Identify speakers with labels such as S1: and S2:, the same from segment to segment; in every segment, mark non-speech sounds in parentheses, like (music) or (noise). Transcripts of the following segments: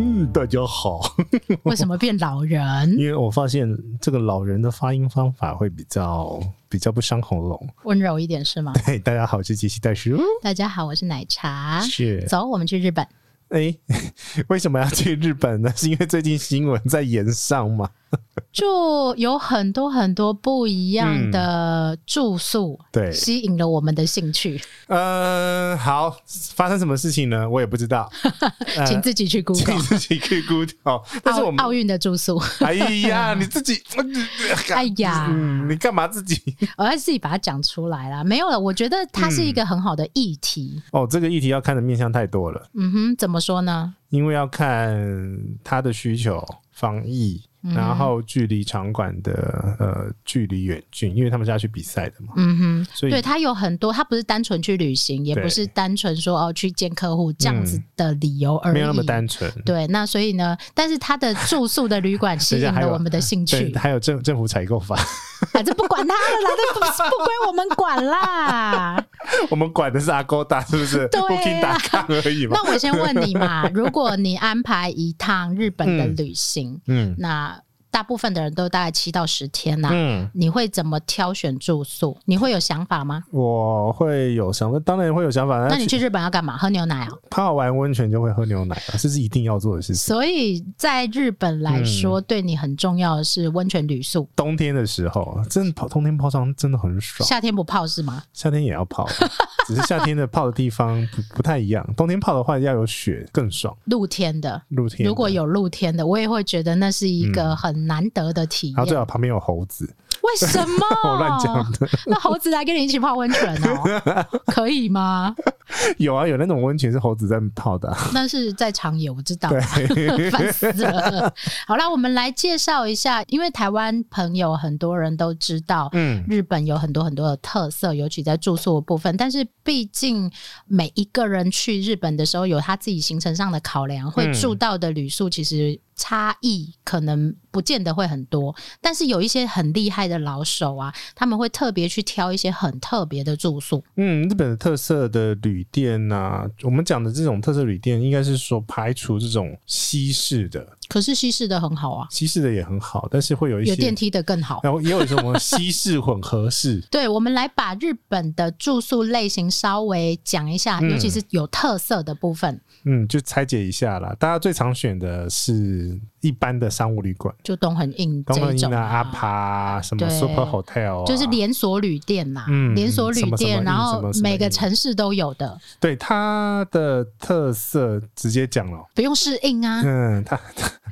S1: 嗯，大家好，
S2: 为什么变老人？
S1: 因为我发现这个老人的发音方法会比较比较不伤喉咙。
S2: 温柔一点
S1: (laughs)
S2: 是吗？
S1: (laughs) 嘿，大家好，我是嗯杰西大叔，
S2: 大家好，我是奶茶。
S1: 是
S2: 走，我们去日本。
S1: 哎， (laughs) 为什么要去日本呢？ (laughs) 是因为最近新闻在延上嘛？
S2: 就有很多很多不一样的住宿，
S1: 嗯对
S2: 吸引了我们的兴趣，
S1: 嗯、好，发生什么事情呢？我也不知道， (laughs) 呃
S2: (laughs) 请自己去 Google
S1: 请自己去估哦。但是
S2: 奥
S1: 我们，
S2: 奥运的住宿。
S1: 哎呀， (laughs) 你自己，
S2: 哎呀
S1: 嗯，你干嘛自己？ (laughs)
S2: 我要自己把它讲出来啦。没有了，我觉得它是
S1: 嗯
S2: 一个很好的议题。
S1: 哦，这个议题要看的面向太多了，
S2: 嗯哼，怎么说呢？
S1: 因为要看他的需求、防疫，
S2: 嗯
S1: 然后距离场馆的呃距离远近，因为他们是要去比赛的嘛，
S2: 嗯哼，
S1: 所以
S2: 对，它有很多，它不是单纯去旅行，也
S1: 对嗯
S2: 不是单纯说哦去见客户这样子的理由而已。
S1: 没有那么单纯。
S2: 对，那所以呢，但是他的住宿的旅馆吸
S1: (laughs) 等一
S2: 引
S1: 下还
S2: 了
S1: 有
S2: 我们的兴
S1: 对，
S2: 趣，
S1: 还有政政府采购法，
S2: 反正不管他了啦，这不是不 (laughs) 归我们管啦。
S1: (laughs) 我们管的是阿勾达，是不是？
S2: 对啊
S1: Booking 打抗而已嘛。
S2: 那我先问你嘛，如果你安排一趟日本的旅行，
S1: 嗯
S2: 那大部分的人都大概七到十天呐、
S1: 嗯，
S2: 你会怎么挑选住宿？你会有想法吗？
S1: 我会有想法，当然会有想法。
S2: 那你去日本要干嘛？喝牛奶啊、
S1: 泡完温泉就会喝牛奶了，这是一定要做的事情。
S2: 所以在日本
S1: 嗯
S2: 来说，对你很重要的是温泉旅宿，
S1: 冬天的时候，真的泡冬天泡汤真的很爽，
S2: 夏天不泡是吗？
S1: 夏天也要泡，啊只是夏天的泡的地方不不太一样。冬天泡的话要有雪更爽，
S2: 露天的，
S1: 露天的
S2: 如果，有露天的，我也会觉得那是一个很难得的体
S1: 然后
S2: 验。
S1: 最好旁边有猴子，？
S2: 为什么
S1: 我 (laughs) 乱讲的。
S2: 那猴子来跟你一起泡温泉
S1: (laughs)
S2: 哦，可以吗？
S1: 有啊，有那种温泉是猴子在泡的啊、
S2: 那是在长野，我知道， (laughs) 烦死了。好啦，我们来介绍一下，因为台湾朋友很多人都知道。
S1: 嗯，
S2: 日本有很多很多的特色，尤其在住宿的部分。但是，毕竟每一个人去日本的时候，有他自己行程上的考量，会
S1: 嗯
S2: 住到的旅宿其实差异可能不见得会很多。但是有一些很厉害的老手啊，他们会特别去挑一些很特别的住宿。
S1: 嗯，日本的特色的旅店呐、我们讲的这种特色旅店，应该是说排除这种西式的，
S2: 可是西式的很好啊，
S1: 西式的也很好，但是会有一些
S2: 有电梯的更好。，
S1: 然后也有什么西式混合式
S2: 对，我们来把日本的住宿类型稍微讲一下，
S1: 嗯
S2: 尤其是有特色的部分，
S1: 嗯，就拆解一下啦。大家最常选的是一般的商务旅馆，
S2: 就东很硬这
S1: 东
S2: 一
S1: 京
S2: 种
S1: 啊、阿
S2: 啊。
S1: 帕啊什么
S2: 对
S1: Super Hotel，、啊、
S2: 就是连锁旅店啦，
S1: 嗯
S2: 连锁旅
S1: 什么什么
S2: 店，
S1: 印
S2: 然
S1: 什
S2: 后
S1: 么什么
S2: 每个
S1: 印
S2: 城市都有的，
S1: 对它的特色直接讲了，
S2: 不用适
S1: (laughs)
S2: 应啊，
S1: 嗯，它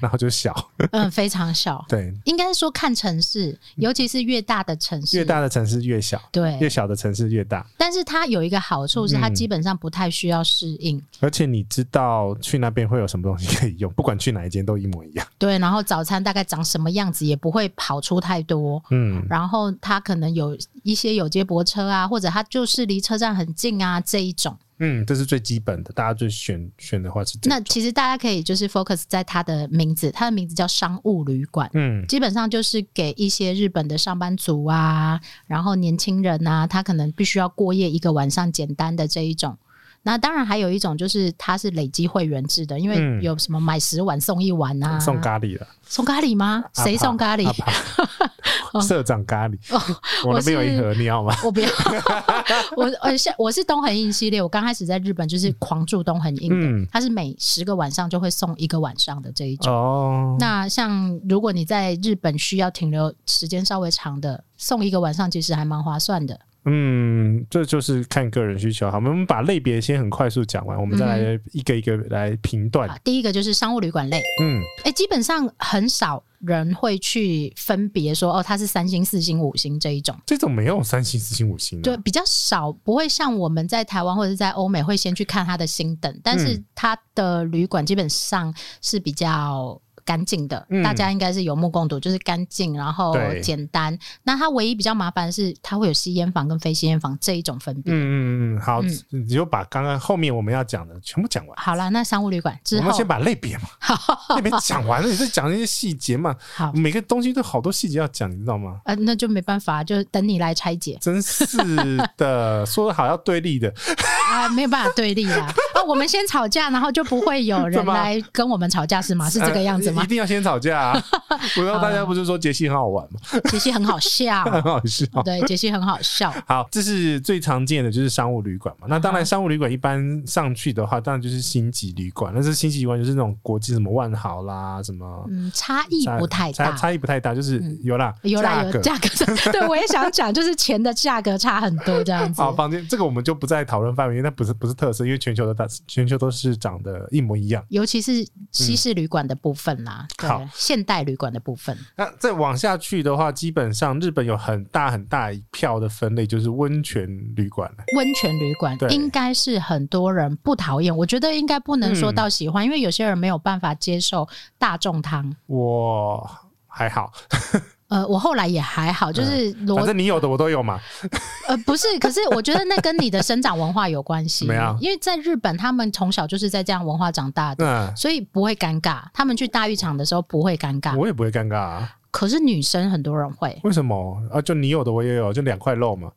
S1: 然后就小，
S2: 嗯，非常小。
S1: 对，
S2: 应该说看城市，尤其是越大的城市，
S1: 嗯越大的城市越小，越嗯
S2: 对。
S1: 小的城市越大。
S2: 但是它有一个好处是，它基本上不太需要适应，
S1: 而且你知道去那边会有什么东西可以用，不管去哪一间都一模一样。
S2: 对。然后早餐大概长什么样子，也不会跑出太多。
S1: 嗯，
S2: 然后它可能有一些有接驳车啊，或者它就是离车站很近啊这一种。
S1: 嗯，这是最基本的，大家最选选的话是这
S2: 那其实大家可以就是 focus 在它的名字，它的名字叫商务旅馆。
S1: 嗯
S2: 基本上就是给一些日本的上班族啊，然后年轻人啊，他可能必须要过夜一个晚上，简单的这一种。那当然还有一种就是它是累积会员制的，因
S1: 嗯
S2: 为有什么买十碗送一碗啊，
S1: 送咖啊喱了，
S2: 送咖喱吗？谁送咖
S1: 阿
S2: 喱？
S1: 帕？
S2: 哦
S1: 阿帕社长咖喱， (laughs) 我那边有一盒，你要吗？
S2: (laughs) 我不要， (laughs) 我呃，像我是东恒印系列，我刚开始在日本就是狂住东恒印的，
S1: 嗯
S2: 它是每十个晚上就会送一个晚上的这一种。
S1: 哦，
S2: 那像如果你在日本需要停留时间稍微长的，送一个晚上其实还蛮划算的。
S1: 嗯，这就是看个人需求。好，我们把类别先很快速讲完，我们再
S2: 嗯
S1: 来一个一个来评断
S2: 啊。，第一个就是商务旅馆类，
S1: 嗯，
S2: 哎、基本上很少人会去分别说哦，它是三星、四星、五星这一种。
S1: 这种没有三星、四星、五星
S2: 就
S1: 的，
S2: 比较少，不会像我们在台湾或者在欧美
S1: 嗯
S2: 会先去看它的星等，但是它的旅馆基本上是比较干净的，
S1: 嗯
S2: 大家应该是有目共睹，就是干净，然后
S1: 对
S2: 简单。那它唯一比较麻烦的是，它会有吸烟房跟非吸烟房这一种分别。
S1: 嗯嗯嗯，好，你就把刚刚后面我们要讲的全部讲完。
S2: 好啦，那商务旅馆之
S1: 我
S2: 后
S1: 们，先把类别
S2: (laughs)
S1: 嘛，类别讲完了，你再讲那些细节嘛，
S2: 好，
S1: 每个东西都好多细节要讲，你知道吗？
S2: 呃，那就没办法，就等你来拆解
S1: 真是的，说好要对立的，
S2: 啊，没有办法对立
S1: (laughs)
S2: 啦。啊，我们先吵架，然后就不会有人
S1: 怎么
S2: 来跟我们吵架，是吗？ (laughs) 是这个样子
S1: 呃
S2: 吗
S1: 一？定要先吵架
S2: (laughs)
S1: 啊！我知道大家不是说杰西很好玩吗？
S2: 杰西很好
S1: (laughs)
S2: 笑，
S1: 很好笑。
S2: 对，杰西很好笑。
S1: 好，这是最常见的就是商务旅馆嘛。那当然，
S2: 啊
S1: 商务旅馆一般上去的话，当然就是星级旅馆。但是星级旅馆就是那种国际什么万豪啦，什么
S2: 嗯，差异
S1: 差
S2: 不太
S1: 差
S2: 大，
S1: 差异不太大，就是
S2: 嗯
S1: 有啦，
S2: 有啦
S1: 价
S2: 有
S1: 格
S2: 价格 (laughs) 上，对我也想讲，就是钱的价格差很多这样子。
S1: 好，啊房间这个我们就不在讨论范围，因为那不是不是特色，因为全球的大全球都是长得一模一样。
S2: 尤其是西式旅馆的部分啦，
S1: 嗯好
S2: 对，现代旅馆的部分，
S1: 那再往下去的话，基本上日本有很大很大一票的分类，就是温泉旅馆了。
S2: 温泉旅馆
S1: 对
S2: 应该是很多人不讨厌，我觉得应该不能
S1: 嗯
S2: 说到喜欢，因为有些人没有办法接受大众汤。
S1: 我还好，
S2: 呃，我后来也还好，就是罗、
S1: 嗯反正你有的我都有嘛。
S2: 呃不是， (laughs) 可是我觉得那跟你的生长文化有关
S1: 怎
S2: 系
S1: 么样，
S2: 因为在日本他们从小就是在这样文化长大的，
S1: 嗯，
S2: 所以不会尴尬。他们去大浴场的时候不会尴尬，
S1: 我也不会尴尬啊。，
S2: 可是女生很多人会 (laughs)
S1: 为什么啊？就你有的我也有，就两块肉嘛。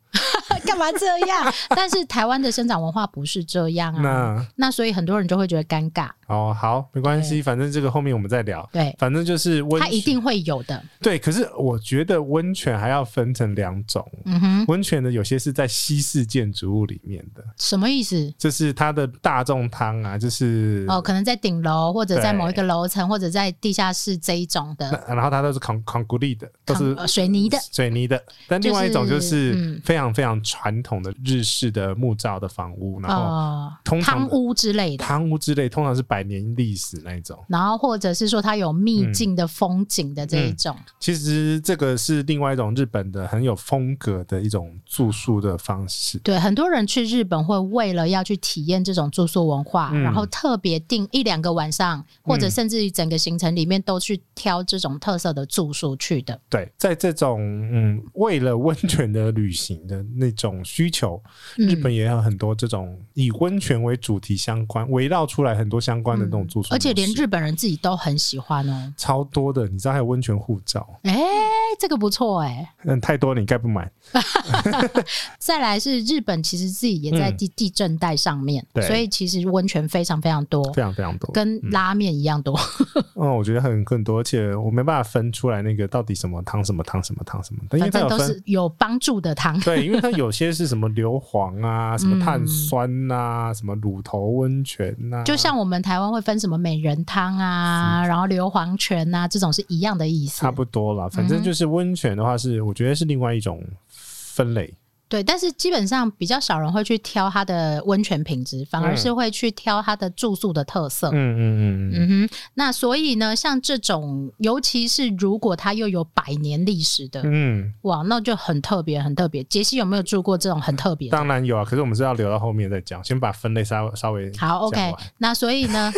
S2: 干嘛这
S1: (laughs)
S2: 样？但是台湾的生长文化不是这样啊，
S1: 那
S2: 那所以很多人就会觉得尴尬。
S1: 哦，好，没关系，反正这个后面我们再聊。
S2: 对，
S1: 反正就是温
S2: 它
S1: 泉，
S2: 一定会有的。
S1: 对。可是我觉得温泉还要分成两种，
S2: 嗯 (laughs) 哼，
S1: 温泉的有些是在西式建筑物里面的，
S2: 什么意思？
S1: 就是它的大众汤啊，就是
S2: 哦，可能在顶楼，或者在
S1: 对
S2: 某一个楼层，或者在地下室这一种
S1: 那
S2: 的，
S1: 然后它都是 con concrete 的，都是
S2: 呃水泥的。
S1: 水泥的。但另外一种就
S2: 就是是嗯
S1: 非常非常传统的日式的木造的房屋，然后
S2: 哦，
S1: 通常
S2: 汤屋之类的，
S1: 汤屋之类，通常是百年历史那一种。
S2: 然后或者是说它有
S1: 嗯
S2: 秘境的风景的这一种，
S1: 其实这个是另外一种日本的很有风格的一种住宿的方式。
S2: 对，很多人去日本会为了要去体验这种住宿文化，
S1: 嗯
S2: 然后特别定一两个晚上，或者甚至于整个行程里面都去挑这种特色的住宿去的。
S1: 对，在这种嗯，为了温泉的旅行的那种需求，
S2: 嗯
S1: 日本也有很多这种以温泉为主题相关，围绕出来很多相关的那种住宿模式、
S2: 嗯而且连日本人自己都很喜欢哦。
S1: 超多的，你知道还有温泉护照， (laughs)
S2: 哎、这个不错哎、
S1: 嗯，太多了，你该不
S2: (laughs)
S1: 买。
S2: 再来是日本，其实自己也在
S1: 嗯
S2: 地地震带上面，
S1: 对
S2: 所以其实温泉非常非常多，
S1: 非常非常多，
S2: 跟拉面一样多。
S1: 嗯，我觉得很更多，而且我没办法分出来那个到底什么汤什么汤什么汤什么， (laughs) 因为它
S2: 反正
S1: 有
S2: 都
S1: 分啊
S2: 是有帮助的汤。
S1: 对，因为它有些是什么硫磺
S2: (laughs)
S1: 啊，什么碳酸呐、什么乳头温泉啊呐、
S2: 嗯就像我们台湾会分什么美人汤啊，然后硫磺泉啊，这种是一样的意思
S1: 嗯差。不多啦。反
S2: 嗯
S1: 正就是温泉的话是，我觉得是另外一种分类。
S2: 对，但是基本上比较少人会去挑它的温泉品质，反而是会去挑它的住宿的特色。嗯
S1: 嗯嗯嗯嗯，
S2: 哼，那所以呢，像这种，尤其是如果它又有百年历史的，
S1: 嗯，
S2: 哇，那就很特别，很特别。杰西有没有住过这种很特别的？
S1: 当然有啊，可是我们是要留到后面再讲，先把分类稍稍微
S2: 好
S1: 讲
S2: ，OK，
S1: 完
S2: 那所
S1: (laughs)
S2: 以呢，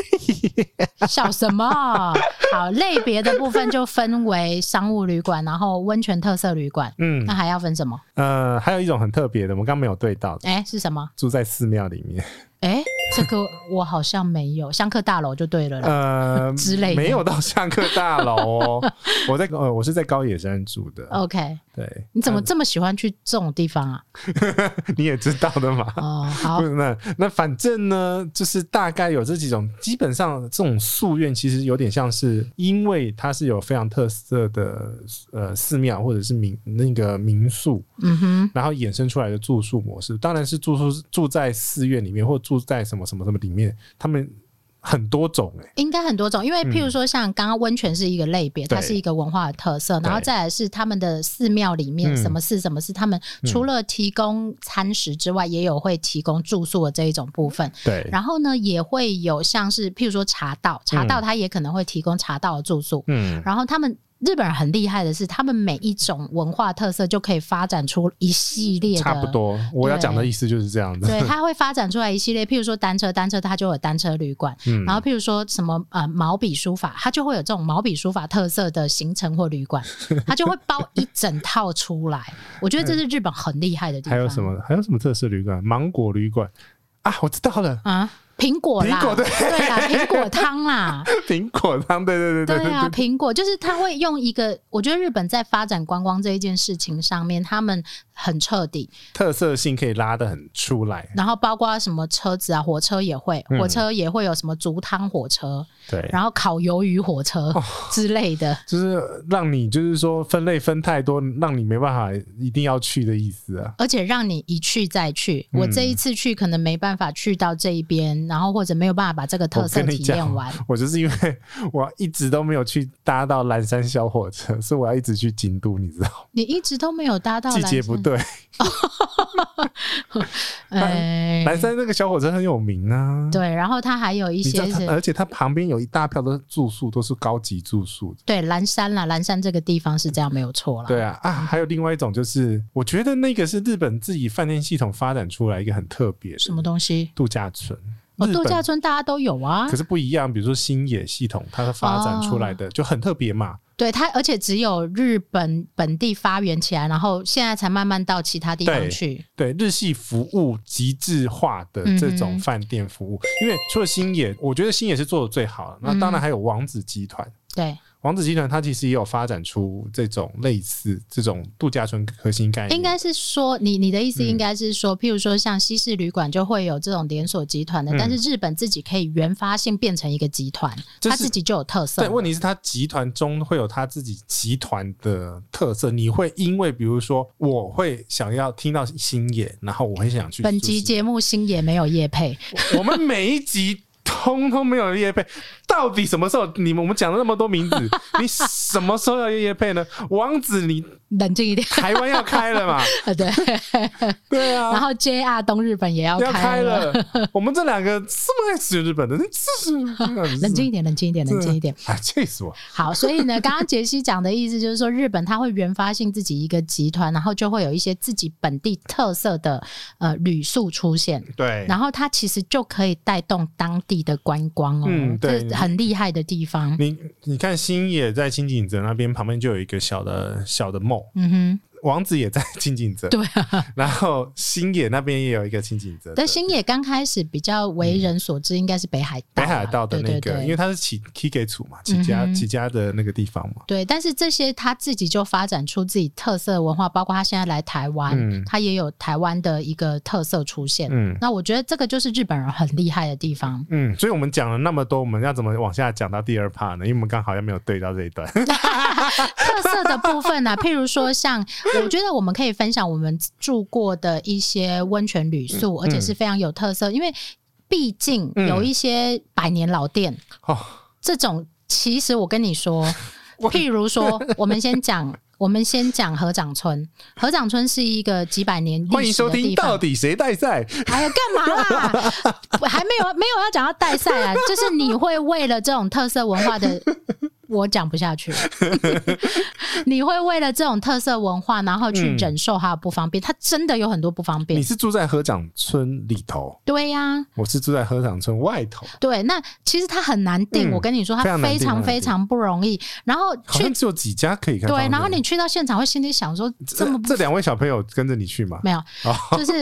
S2: 笑什么？好，类别的部分就分为商务旅馆，然后温泉特色旅馆，
S1: 嗯
S2: 那还要分什么？
S1: 呃，还有一种很特别的，我们刚没有对到的，
S2: 哎、是什么？
S1: 住在寺庙里面，
S2: 哎、这个我好像没有，香客大楼就对了啦。
S1: 呃，
S2: (laughs) 之类的
S1: 没有到上课大楼
S2: (laughs)
S1: 哦。我在呃，我是在高野山住的，
S2: OK，
S1: 对， (laughs)
S2: 你怎么这么喜欢去这种地方啊？
S1: 你也知道的嘛。
S2: 哦，好
S1: 不，是那那反正呢，就是大概有这几种，基本上这种夙愿其实有点像是，因为它是有非常特色的呃寺庙或者是民那个民宿，
S2: 嗯哼，
S1: 然后衍生出来的住宿模式，当然是住宿住在寺院里面或住在什么什么什么里面，他们很多种哎、
S2: 应该很多种，因为譬如说像刚刚温泉是一个类别，
S1: 嗯对
S2: 它是一个文化的特色，然后
S1: 对
S2: 再来是他们的寺庙里面
S1: 嗯
S2: 什么寺什么寺，他们除了提供餐食之外，也有会提供住宿的这一种部分。
S1: 对，
S2: 然后呢，也会有像是譬如说茶道，茶道它也可能会提供茶道的住宿，
S1: 嗯
S2: 然后他们。日本人很厉害的是，他们每一种文化特色就可以发展出一系列的，
S1: 差不多，我要讲的
S2: 对
S1: 意思就是这 (laughs) 样子。
S2: 对，它会发展出来一系列，譬如说单车，单车它就有单车旅馆，
S1: 嗯
S2: 然后譬如说什么呃毛笔书法，它就会有这种毛笔书法特色的行程或
S1: (laughs)
S2: 旅馆，它就会包一整套出来。我觉得这是日本很厉害的地方。
S1: 还有什么？还有什么特色旅馆？芒果旅馆啊，我知道了， (laughs)
S2: 啊？苹果啦，
S1: 苹果对
S2: 对啦，苹果
S1: (laughs)
S2: 汤啦，
S1: 苹果汤，对对对
S2: 对
S1: 对
S2: 啊，苹果就是它会用一个，我觉得日本在发展观光这一件事情上面，他们很彻底，
S1: 特色性可以拉得很出来。
S2: 然后包括什么车子啊，火车也会，
S1: 嗯
S2: 火车也会有什么竹汤火车，
S1: 对，
S2: 然后烤鱿鱼火车
S1: 哦
S2: 之类的。
S1: 就是让你就是说分类分太多，让你没办法一定要去的意思啊。
S2: 而且让你一去再去，我这
S1: 嗯
S2: 一次去可能没办法去到这一边，然后或者没有办法把这个特色
S1: 我跟
S2: 体
S1: 你讲哦
S2: 验完。
S1: 我就是因为我一直都没有去搭到蓝山小火车，所以我要一直去京都，你知道，
S2: 你一直都没有搭到
S1: 季
S2: 蓝
S1: 节不
S2: 山，
S1: 对。
S2: 哎，
S1: 蓝山那个小火车很有名啊，
S2: 对，然后它还有一
S1: 你知道
S2: 些
S1: 它，呃
S2: 是
S1: 而且它旁边有一大票的住宿都是高级住宿，
S2: 对蓝山啦，蓝山这个地方是这样没有错啦。
S1: 对啊，啊，还有另外一种就是，我觉得那个是日本自己饭店系统发展出来一个很特别的
S2: 什么东西？
S1: 度假村，
S2: 哦，
S1: 日
S2: 度
S1: 本
S2: 假村大家都有啊哦
S1: 可，是不一样。比如说星野系统，它是发展出来的、就很特别嘛。
S2: 对它，而且只有日本本地发源起来，然后现在才慢慢到其他地方
S1: 对
S2: 去。
S1: 对日系服务极致化的这种饭店服
S2: 嗯
S1: 务，因为除了星野，我觉得星野是做的最好的。那当然还有王子集团，
S2: 对，
S1: 王子集团它其实也有发展出这种类似这种度假村核心概念。
S2: 应该是说，你你的意思
S1: 嗯
S2: 应该是说，譬如说像西式旅馆就会有这种连锁集团的，
S1: 嗯
S2: 但是日本自己可以原发性变成一个集团，
S1: 这
S2: 它
S1: 是
S2: 自己就有特色
S1: 对，
S2: 了。
S1: 问题是它集团中会有它自己集团的特色。你会因为比如说，我会想要听到星野，然后我会想去
S2: 本
S1: 住
S2: 集
S1: 星野。
S2: 节目星野没有叶配，
S1: (laughs) 我们每一集通通没有叶配，到底什么时候？你们我们讲了那么多名字， (laughs) 你什么时候要叶配呢？王子，你
S2: 冷静一点。
S1: 台湾要开了嘛？
S2: 对，
S1: (laughs) 对
S2: 然
S1: 啊。
S2: 后 JR 东日本也要
S1: 要开
S2: 开了，
S1: 了，我们这两个这么爱吃日本 (laughs) 的，你这是
S2: 冷静一点，冷静一点，冷静一点。
S1: 啊！气死我！
S2: 好，所以呢，刚刚杰西讲的意思就是说，日本它会原发性自己一个集团，然后就会有一些自己本地特色的呃旅宿出现。
S1: 对，
S2: 然后它其实就可以带动当地的观光哦，
S1: 嗯
S2: 这
S1: 对
S2: 很厉害的地方。
S1: 你你看，新野在清景泽那边旁边就有一个小的小的梦，
S2: 嗯
S1: 王子也在清景泽，
S2: 对
S1: 啊，然后新野那边也有一个清景泽的，
S2: 哼，但星野刚开始比较为人所知，应该是北海道
S1: 北
S2: 啊，
S1: 海道的那
S2: 对
S1: 个，
S2: 对
S1: 因为
S2: 对
S1: 它是起 k i g 处嘛，起家
S2: 嗯哼
S1: 起家的那个地方嘛，
S2: 对，但是这些他自己就发展出自己特色文化，包括他现在来台湾，
S1: 嗯
S2: 他也有台湾的一个特色出现。
S1: 嗯
S2: 那我觉得这个就是日本人很厉害的地方。
S1: 嗯，所以我们讲了那么多，我们要怎么往下讲到第二 part 呢？因为我们刚好像没有对到这一段， (laughs)
S2: 特色的部分呢、譬如说像，我觉得我们可以分享我们住过的一些温泉旅宿，而且是非常有特色，因为毕竟
S1: 嗯
S2: 有一些百年老店，
S1: 哦，
S2: 这种其实我跟
S1: (laughs)
S2: 你说，譬如说，我们先讲。我们先讲合掌村，合掌村是一个几百年
S1: 欢
S2: 历
S1: 迎
S2: 史
S1: 收
S2: 的
S1: 听《
S2: 地
S1: 到
S2: 方。
S1: 底谁带赛》，
S2: 哎呀，干嘛啦？我还没有没有要讲到代赛啊，就是你会为了这种特色文化
S1: (laughs)
S2: 的，我讲不下去 (laughs) 了。你会为了这种特色文化，然后去
S1: 嗯
S2: 忍受它的不方便，它真的有很多不方
S1: 你
S2: 便。
S1: 是住在合掌村里头，
S2: 对呀、
S1: 我是住在合掌村外头，
S2: 对，那其实它很难定，
S1: 嗯
S2: 我跟你说，
S1: 非
S2: 它
S1: 常难定
S2: 非常
S1: 很难
S2: 非
S1: 定
S2: 常不容易。然后
S1: 好
S2: 去
S1: 像只有几家可以看。
S2: 对，然后你去到现场会心里想说，这么不
S1: 这哦两位小朋友跟着你去嘛？
S2: 没有，就是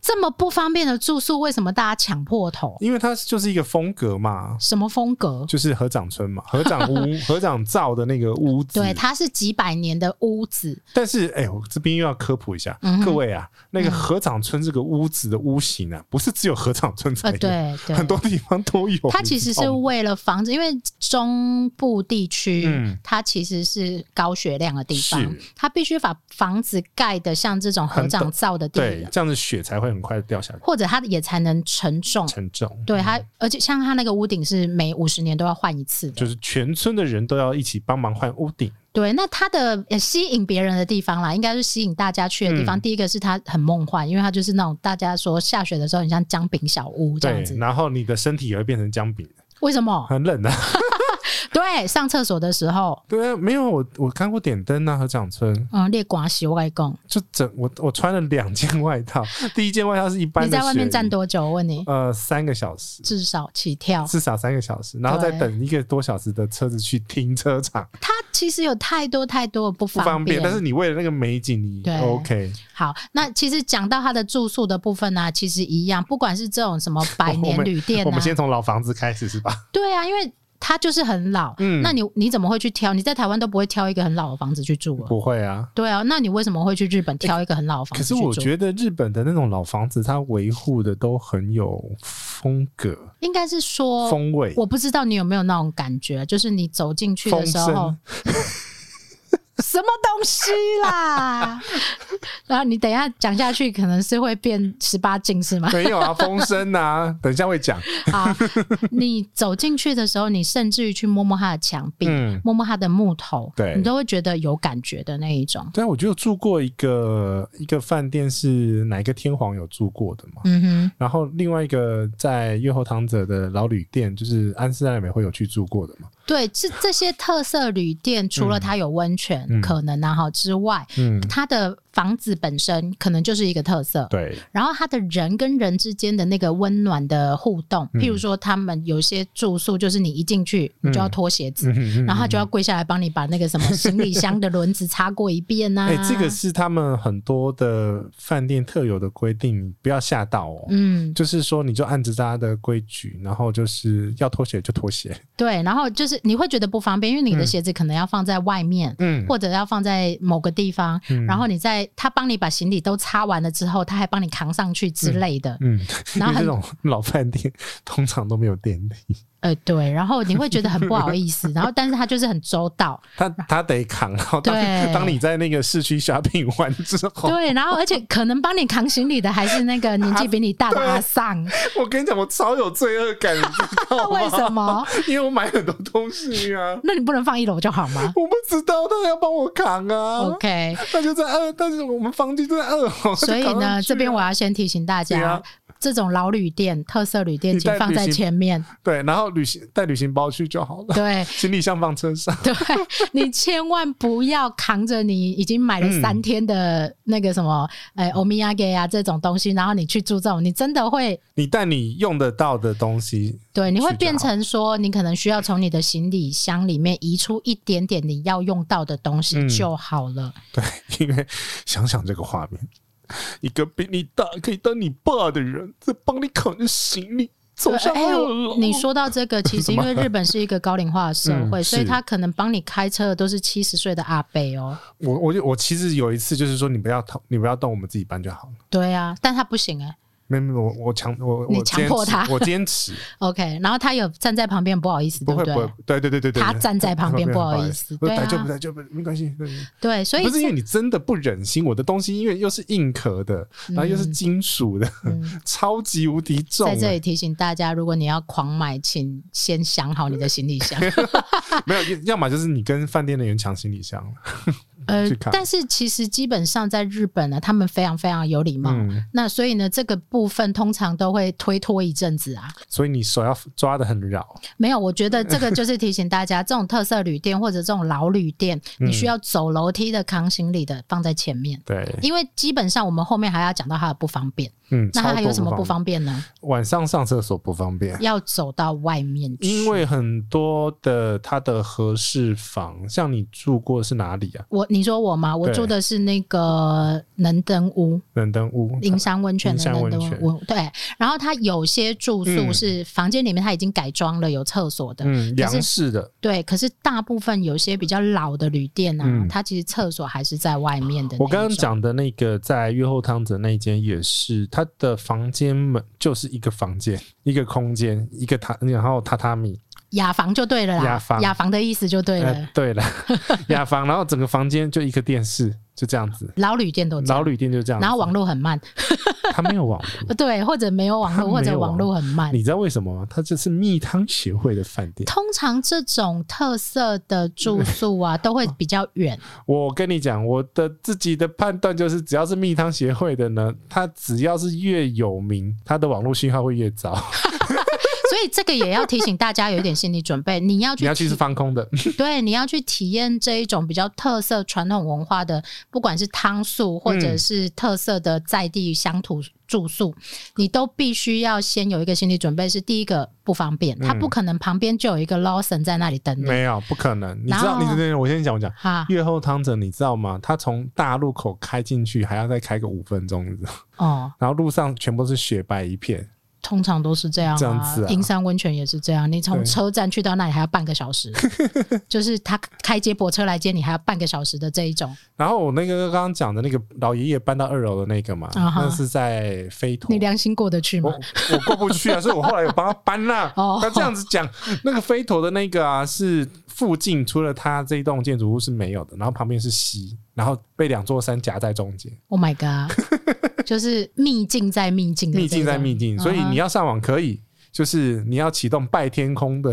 S2: 这么不方便的住宿，为什么大家抢破头？
S1: 因为它就是一个风格嘛，
S2: 什么风格？
S1: 就是合掌村嘛，合
S2: (laughs)
S1: 掌屋、合掌造的那个屋子。
S2: 对，它是几百年的屋子，
S1: 但是哎、我这边又要科普一下、
S2: 嗯哼
S1: 各位啊，那个合掌村这个屋子的屋型啊，不是只有合掌村才
S2: 呃，
S1: 有，
S2: 对对，
S1: 哎很多地方都有。
S2: 它其实
S1: 你
S2: 是
S1: 知道吗
S2: 为了防止，因为中部地区、
S1: 嗯
S2: 它其实是高血量的地方
S1: 是，
S2: 它必须把房子盖的像这种合
S1: 很
S2: 掌
S1: 陡
S2: 造的地
S1: 对，，这样子雪才会很快掉下来，
S2: 或者它也才能承重。
S1: 沉重。
S2: 对它，而且像它那个屋顶是每五十年都要换一次的，
S1: 嗯就是全村的人都要一起帮忙换屋顶，
S2: 对，那它的呃吸引别人的地方啦，应该是吸引大家去的地方。
S1: 嗯
S2: 第一个是它很梦幻，因为它就是那种大家说下雪的时候很像姜饼小屋这样
S1: 对
S2: 子，。
S1: 然后你的身体也会变成姜饼，
S2: 为什么？
S1: 很冷啊。 (laughs)
S2: 对，对，上厕所的时候，
S1: 对啊，没有我我看过点灯啊，和长春
S2: 嗯，列寡洗我跟你讲，
S1: 就整我我穿了两件外套，第一件外套是一般
S2: 你
S1: 的，
S2: 在外面站？多久？我问你，
S1: 呃，三个小时。
S2: 至少起跳。
S1: 至少三个小时，然后再
S2: 哦对
S1: 等一个多小时的车子去停车场，
S2: 它其实有太多太多的不
S1: 不方便。但是你为了那个美景，你
S2: 对
S1: OK？哦
S2: 好，那其实讲到它的住宿的部分呢、啊其实一样，不管是这种什么百
S1: 我
S2: 年
S1: 们
S2: 旅店
S1: 我
S2: 啊
S1: 们，先从老房子开始是
S2: (laughs)
S1: 吧？
S2: 对啊，因为它就是很老，
S1: 嗯
S2: 那你你怎么会去挑？你在台湾都不会挑一个很老的房子去住啊？
S1: 不会啊。
S2: 对啊，那你为什么会去日本挑一个很老的房
S1: 可
S2: 子去
S1: 是
S2: 住？
S1: 我觉得日本的那种老房子，它维护的都很有风格、
S2: 应该是说，
S1: 风味、
S2: 哦我不知道你有没有那种感觉，就是你走进去的
S1: 风
S2: 时候
S1: 声，。
S2: (laughs) 什么东西啦？ (laughs) 然后你等一下讲下去，可能是会变十八禁是吗？
S1: 没有啊，风声
S2: (laughs)
S1: 啊，等一下会讲。
S2: 啊，你走进去的时候，你甚至于去摸摸它的墙壁，
S1: 嗯，
S2: 摸摸它的木头，
S1: 对
S2: 你都会觉得有感觉的那一种。
S1: 对啊，我就住过一个一个饭店，是哪一个天皇有住过的嘛？
S2: 嗯哼，
S1: 然后另外一个在月后汤泽的老旅店，就是安室奈美惠有去住过的嘛？
S2: 对，这这些特色旅店，除了它有温泉、
S1: 嗯
S2: 可能然、啊、后之外，
S1: 嗯，
S2: 它的房子本身可能就是一个特色。
S1: 对，
S2: 然后他的人跟人之间的那个温暖的互动，
S1: 嗯
S2: 譬如说他们有些住宿就是你一进去你就要脱鞋子，
S1: 嗯哼嗯
S2: 然后他就要跪下来帮你把那个什么行李箱的轮子擦过一遍呐、啊。
S1: (laughs) 哎、这个是他们很多的饭店特有的规定，你不要吓到哦。
S2: 嗯
S1: 就是说，你就按着大家的规矩，然后就是要脱鞋就脱鞋。
S2: 对，然后就是你会觉得不方便，因为你的鞋子可能要放在外面。
S1: 嗯，
S2: 或者要放在某个地方，
S1: 嗯
S2: 然后你在他帮你把行李都擦完了之后，他还帮你扛上去之类的，
S1: 嗯， (laughs) 因
S2: 然后
S1: 为
S2: 很
S1: 这种老饭店通常都没有电梯，
S2: 呃，对，然后你会觉得很不好意
S1: (laughs)
S2: 思，然后但是他就是很周到， (laughs)
S1: 他他得扛。然后当
S2: 对
S1: 当你在那个市区 shopping 完之后，
S2: 对，然后而且可能帮你扛行李的还是那个年纪比你
S1: (laughs)
S2: 大的
S1: 啊
S2: 阿桑，
S1: 我跟你讲，我超有罪恶感，你知道吗？ (laughs)
S2: 为什？么？
S1: 因为我买很多东西啊，
S2: 那你不能放一楼就好吗
S1: (laughs) 我不知道他要帮我扛啊。
S2: ？OK，
S1: 那就在二，但是我们房间就在二楼，
S2: 所以
S1: 就扛上去
S2: 呢，
S1: 啊
S2: 这边我要先提醒大
S1: 对
S2: 家，
S1: 啊
S2: 这种老旅店、特色旅店，
S1: 你带
S2: 请放在
S1: 旅行 (laughs)
S2: 前面。
S1: 对，然后旅行带旅行包去就好了，
S2: 对
S1: 行李箱放车上。
S2: 对，你千万不要扛着你已经买
S1: 嗯
S2: 了三天的那个什么，哎、欧米亚给啊这种东西，然后你去住这种，你真的会。
S1: 你带你用得到的东西，
S2: 对，你会
S1: 去就
S2: 变
S1: 好
S2: 成说，你可能需要从你的行李箱里面移出一点点你要用到的东西
S1: 嗯
S2: 就好了。
S1: 对，因为想想这个画面，一个比你大可以当你爸的人在帮你扛着行李走
S2: 对
S1: 上
S2: 哎
S1: 二
S2: 我
S1: 楼，
S2: 你说到这个，
S1: (laughs)
S2: 其实因为日本是一个高龄化的社会，
S1: 哦嗯
S2: 所以
S1: 是
S2: 他可能帮你开车的都是七十岁的阿伯哦。
S1: 我我就我其实有一次就是说你不要动，你不要动，我们自己搬就好了。
S2: 对啊，但他不行哎、
S1: 没没，我我强我
S2: 你
S1: 我
S2: 强迫
S1: 坚持
S2: 他
S1: 我坚持，
S2: OK，然后他有站在旁边，不好意思，
S1: 不
S2: 对
S1: 会不
S2: 对？
S1: 会，对对对对对，
S2: 他站在旁
S1: (laughs)
S2: 边
S1: 不
S2: 不好意思
S1: 不
S2: 对啊
S1: 逮就不逮就不没关系，对
S2: 对，所以
S1: 不是因为
S2: 这
S1: 你真的不忍心，我的东西因为又是硬壳的，然后又是金属的， (laughs)
S2: 嗯
S1: 超级无敌重
S2: 在
S1: 啊，
S2: 这里提醒大家，如果你要狂买，请先想好你的行李
S1: (laughs)
S2: 箱。
S1: 没有，要么就是你跟饭店的人抢行李箱，
S2: 呃
S1: 去，看
S2: 但是其实基本上在日本呢，他们非常非常有礼貌。
S1: 嗯，
S2: 那所以呢，这个部分通常都会推脱一阵子啊。
S1: 所以你手要抓的很牢，
S2: 没有，我觉得这个就是提醒大家，这种特色旅店或者这种老旅店，
S1: 嗯
S2: 你需要走楼梯的、扛行李的放在前面，
S1: 对，
S2: 因为基本上我们后面还要讲到它的不方便。
S1: 嗯，
S2: 那它还有什么不
S1: 超多
S2: 方嗯便呢？
S1: 便？晚上上厕所不方便，
S2: 要走到外面去。
S1: 因为很多的它的合适房，像你住过是哪里啊？
S2: 我你说我吗？我
S1: 对
S2: 住的是那个能登屋
S1: 冷灯屋，
S2: 灵山温泉
S1: 灵
S2: 的
S1: 嗯山
S2: 能
S1: 温
S2: 登
S1: 泉
S2: 屋，对。然后它有些住宿
S1: 嗯
S2: 是房间里面它已经改装了，有厕所的，
S1: 嗯，
S2: 可是
S1: 洋式的，
S2: 对。可是大部分有些比较老的旅店啊，
S1: 嗯
S2: 它其实厕所还是在外面的那一种。
S1: 我刚刚讲的那个在月后汤泽那一间也是，它的房间门就是一个房间，一个空间，一个榻，然后榻榻米。
S2: 雅房就对了啦，
S1: 雅房
S2: 的意思就对了。
S1: 呃对了，雅房，然后整个房间就一个电视，就这样子。
S2: 老旅店都这
S1: 老
S2: 样，
S1: 旅店就这样子，
S2: 然后网络很慢，
S1: 它没有网
S2: (laughs)
S1: 络。
S2: 对，或者没有网
S1: 它 (laughs)
S2: 络，或
S1: 没
S2: 者
S1: 有
S2: 网络很慢。
S1: 你知道为什么吗？它这是蜜汤协会的饭店。
S2: 通常这种特色的住宿啊，都会比较远。
S1: 我跟你讲，我的自己的判断就是，只要是蜜汤协
S2: (laughs)
S1: 会的呢，它只要是越有名，它的网络信号会越糟。
S2: 所以这个也要提醒大家有一点心理准备，你要
S1: (laughs)
S2: 去
S1: 你要去
S2: 体
S1: 是放空的，
S2: 对，你要去体验这一种比较特色传统文化的，不管是汤宿或者
S1: 嗯
S2: 是特色的在地乡土住宿，你都必须要先有一个心理准备。是第一个不方便，他不
S1: 嗯
S2: 可能旁边就有一个 Lawson 在那里等你
S1: 没有不可能。你知
S2: 然
S1: 道，
S2: 后
S1: 你等等，我先讲，我讲。 (laughs)
S2: 哈。
S1: 月后汤泽，你知道吗？他从大路口开进去，还要再开个五分钟， (laughs) 你知道吗
S2: 哦，
S1: 然后路上全部是雪白一片，
S2: 通常都是这样、啊。
S1: 这样子啊
S2: 银山温泉也是这样，你从
S1: 对
S2: 车站去到那里还要半个
S1: (laughs)
S2: 小时，就是他开接驳车来接你还要半个小时的这一种。
S1: 然后我那个刚刚讲的那个老爷爷搬到二楼的那个嘛，
S2: 啊哈
S1: 那是在飞陀
S2: 你。良心过得去
S1: 我
S2: 吗？
S1: 我过不去啊，所以我后来有帮他搬啦、
S2: (laughs) 哦
S1: 那这样子讲，那个飞陀的那个啊，是附近除了他这一栋建筑物是没有的，然后旁边是溪，然后被两座山夹在中间，
S2: Oh my god！就是秘境在秘境
S1: (laughs)
S2: 的
S1: 秘
S2: 这
S1: 境在
S2: 种
S1: 秘境，所以
S2: 嗯哼
S1: 你要上网可以，就是你要启动拜天空的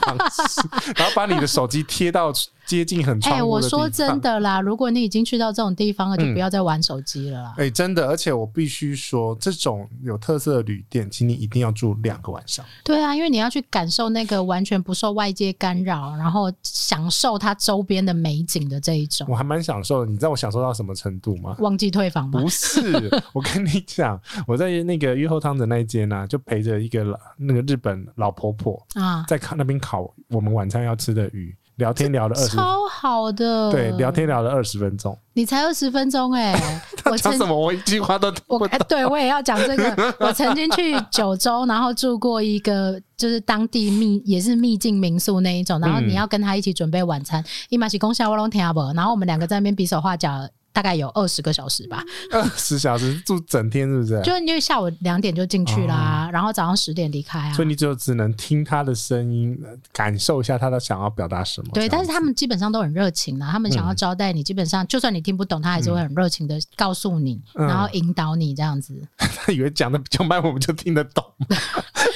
S1: 方
S2: (laughs)
S1: 式，然后把你的手机贴到接近很
S2: 哎、
S1: 窗户
S2: 我
S1: 的地
S2: 说真
S1: 方。
S2: 的啦，如果你已经去到这种地方了，就
S1: 嗯
S2: 不要再玩手机了啦。
S1: 哎、真的，而且我必须说，这种有特色的旅店，请你一定要住两个晚上。
S2: 对啊，因为你要去感受那个完全不受外界干扰，然后享受它周边的美景的这一种。
S1: 我还蛮享受的，你知道我享受到什么程度
S2: (laughs)
S1: 吗？
S2: 忘记退房吗？
S1: 不是，我跟你讲，我在那个御后汤的那一间呢、啊就陪着一个老那个日本老婆婆
S2: 啊，
S1: 在烤那边烤我们晚餐要吃的鱼，聊天聊了二十，
S2: 超好的。
S1: 对，聊天聊了二十分钟。
S2: 你才二十分钟哎、
S1: (laughs) 他
S2: 我
S1: 讲
S2: 曾
S1: 什么，我一句话都听
S2: 我
S1: 不
S2: 哎
S1: 懂。
S2: 对我也要讲
S1: (laughs)
S2: 这个。我曾经去九州，然后住过一个就是当地秘也是秘境民宿那一种，然后
S1: 嗯
S2: 你要跟他一起准备晚餐，伊玛西公下我龙听不，然后我们两个在那边比手画脚。大概有二十个小时吧，
S1: 二十小时住整天是不是？
S2: 就因为下午两点就进去啦，然后早上十点离开啊
S1: 哦所。以你就只能听他的声音，呃感受一下他的想要表达什么。
S2: 对，
S1: 这
S2: 但
S1: 样
S2: 是
S1: 子
S2: 他们基本上都很热情啦，他们想要招待你，基本上就算你听不懂，他还是会很热情的告诉你，
S1: 嗯
S2: 然后引导你这样子。
S1: (laughs) 他以为讲的比较慢，我们就听得懂。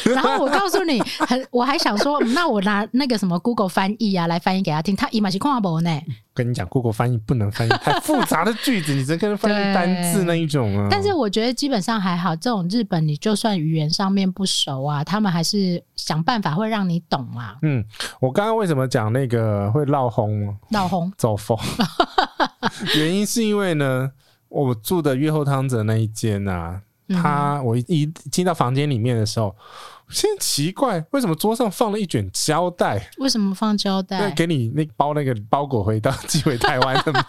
S2: 然后我告诉你，很 (laughs) 我还想说，嗯那我拿那个什么 Google 翻译啊来翻译给他听，他伊玛是看不懂呢。
S1: 跟你讲，Google 翻译不能翻译太复杂的句子，你只能跟他翻译单字那一种啊。
S2: 但是我觉得基本上还好，这种日本你就算语言上面不熟啊，他们还是想办法会让你懂啊。
S1: 嗯，我刚刚为什么讲那个会闹红
S2: 老红
S1: 走
S2: (laughs)
S1: 风？原因是因为呢，我住的月后汤泽那一间啊，
S2: 嗯
S1: 他我一一进到房间里面的时候，我现在奇怪为什么桌上放了一卷胶带，
S2: 为什么放胶
S1: 那
S2: 带？
S1: 给你那包那个包裹回到寄回台湾的吗？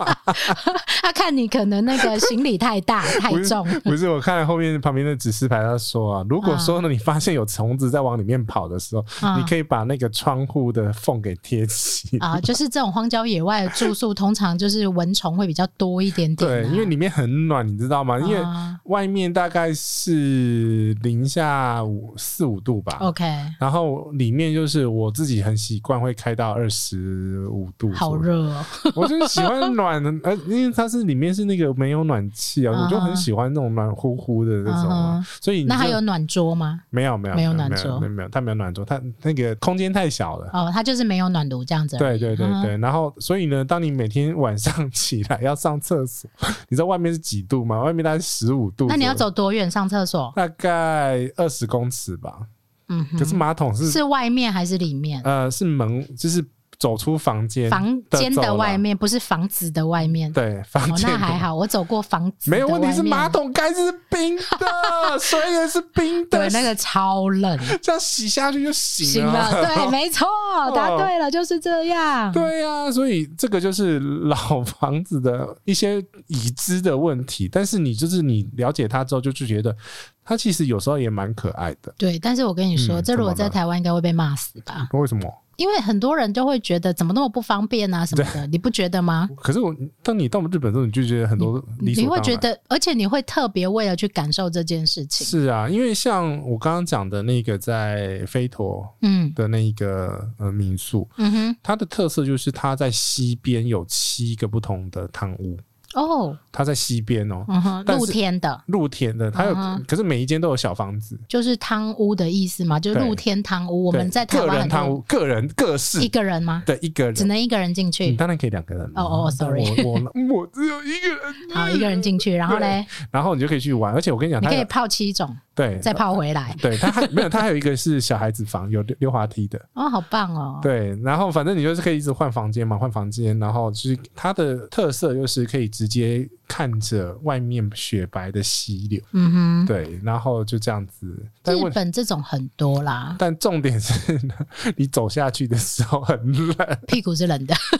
S2: 他看你可能那个行李太大 (laughs) 太
S1: 不是 (laughs)
S2: 重，
S1: 不是，我看了后面旁边的指示牌，他说啊，如果说呢你发现有虫子在往里面跑的时候，
S2: 啊
S1: 你可以把那个窗户的缝给贴起。
S2: 啊，就是这种荒郊野外的住宿，通常就是蚊虫会比较多一点点啊、
S1: 对，因为里面很暖，你知道吗？因为
S2: 啊
S1: 外面大概是零下五四五度吧，
S2: OK，
S1: 然后里面就是我自己很习惯会开到二十五度，
S2: 好，热哦。
S1: 我就是喜欢暖的，呃，因为它是里面是那个没有暖
S2: (laughs)
S1: 气啊，
S2: 嗯哼
S1: 我就很喜欢那种暖乎乎的那种啊
S2: 嗯哼，
S1: 所以你就
S2: 那还有暖桌吗？
S1: 没有没有
S2: 没有
S1: 有
S2: 暖
S1: 没
S2: 桌
S1: 有没有没有，它没有暖桌，它那个空间太小了。
S2: 哦，他就是没有暖炉这样子而
S1: 对
S2: 已。
S1: 对对
S2: 嗯
S1: 对，然后所以呢，当你每天晚上起来要上厕所， (laughs) 你知道外面是几度吗？外面大概十五度，
S2: 那你要走多远上厕所？
S1: 大概二十公尺吧。
S2: 嗯哼，
S1: 可是马桶是
S2: 是外面还是里面？
S1: 呃是门，就是走出房间，
S2: 房间
S1: 走
S2: 的
S1: 廊
S2: 外面，不是房子的外面。
S1: 对房
S2: 哦，
S1: 间、
S2: 那还。好，我走过房子，
S1: 没有问题，是马。桶盖是冰
S2: (laughs)
S1: 的，水也是冰的
S2: 对，，那个超
S1: (laughs)
S2: 冷，
S1: 这样洗下去就醒
S2: 行
S1: 了。
S2: 了， (laughs) 对，没错，答对了，就是这样。
S1: 哦对呀、所以这个就是老房子的一些已知的问题，但是你就是你了解它之后，就就觉得它其实有时候也蛮可爱的。
S2: 对，但是我跟你说，
S1: 嗯
S2: 这如果
S1: 怎么
S2: 在
S1: 了
S2: 台湾应该会被骂死吧？
S1: 为什么？
S2: 因为很多人就会觉得怎么那么不方便
S1: (laughs)
S2: 啊什么的，你不觉得吗？
S1: 可是我当你到日本之后，你就觉得很多理所
S2: 你
S1: 当
S2: 会
S1: 然。
S2: 觉得，而且你会特别为了去感受这件事情。
S1: 是啊，因为像我刚刚讲的那个在飞陀
S2: 嗯
S1: 的那一个呃民宿，
S2: 嗯哼，
S1: 它的特色就是它在西边有七个不同的汤屋，
S2: 哦，
S1: 它在西边哦，
S2: 嗯哼，
S1: 但
S2: 露
S1: 是
S2: 天的，
S1: 露天的，它有，
S2: 嗯哼
S1: 可是每一间都有小房子，
S2: 就是汤屋的意思嘛，就是
S1: 对
S2: 露天汤屋。我们
S1: 对
S2: 在台
S1: 个
S2: 湾
S1: 人
S2: 很
S1: 汤
S2: 多
S1: 屋，个人各
S2: 一
S1: 式
S2: 个人吗？
S1: 的一个
S2: 只
S1: 人。
S2: 能一个人进
S1: 你
S2: 去。
S1: 当然可以两个人嘛
S2: 哦哦，sorry
S1: 我我嗯我只有一个人，
S2: 好，一个人进去，然后嘞，
S1: 然后你就可以去玩，而且我跟你讲，
S2: 你
S1: 它
S2: 可以
S1: 有
S2: 泡七种
S1: 对，
S2: 再泡回来。
S1: 对它还没有，它还有一个是小孩子房，有溜溜滑梯的。
S2: 哦，好棒哦！
S1: 对，然后反正你就是可以一直换房间嘛，换房间，然后就是它的特色就是可以直接看着外面雪白的溪流，
S2: 嗯哼，
S1: 对，然后就这样子。但
S2: 日
S1: 问
S2: 本这种很多啦，
S1: 但重点是呢，你走下去的时候很冷，
S2: 屁股是冷的。 (laughs)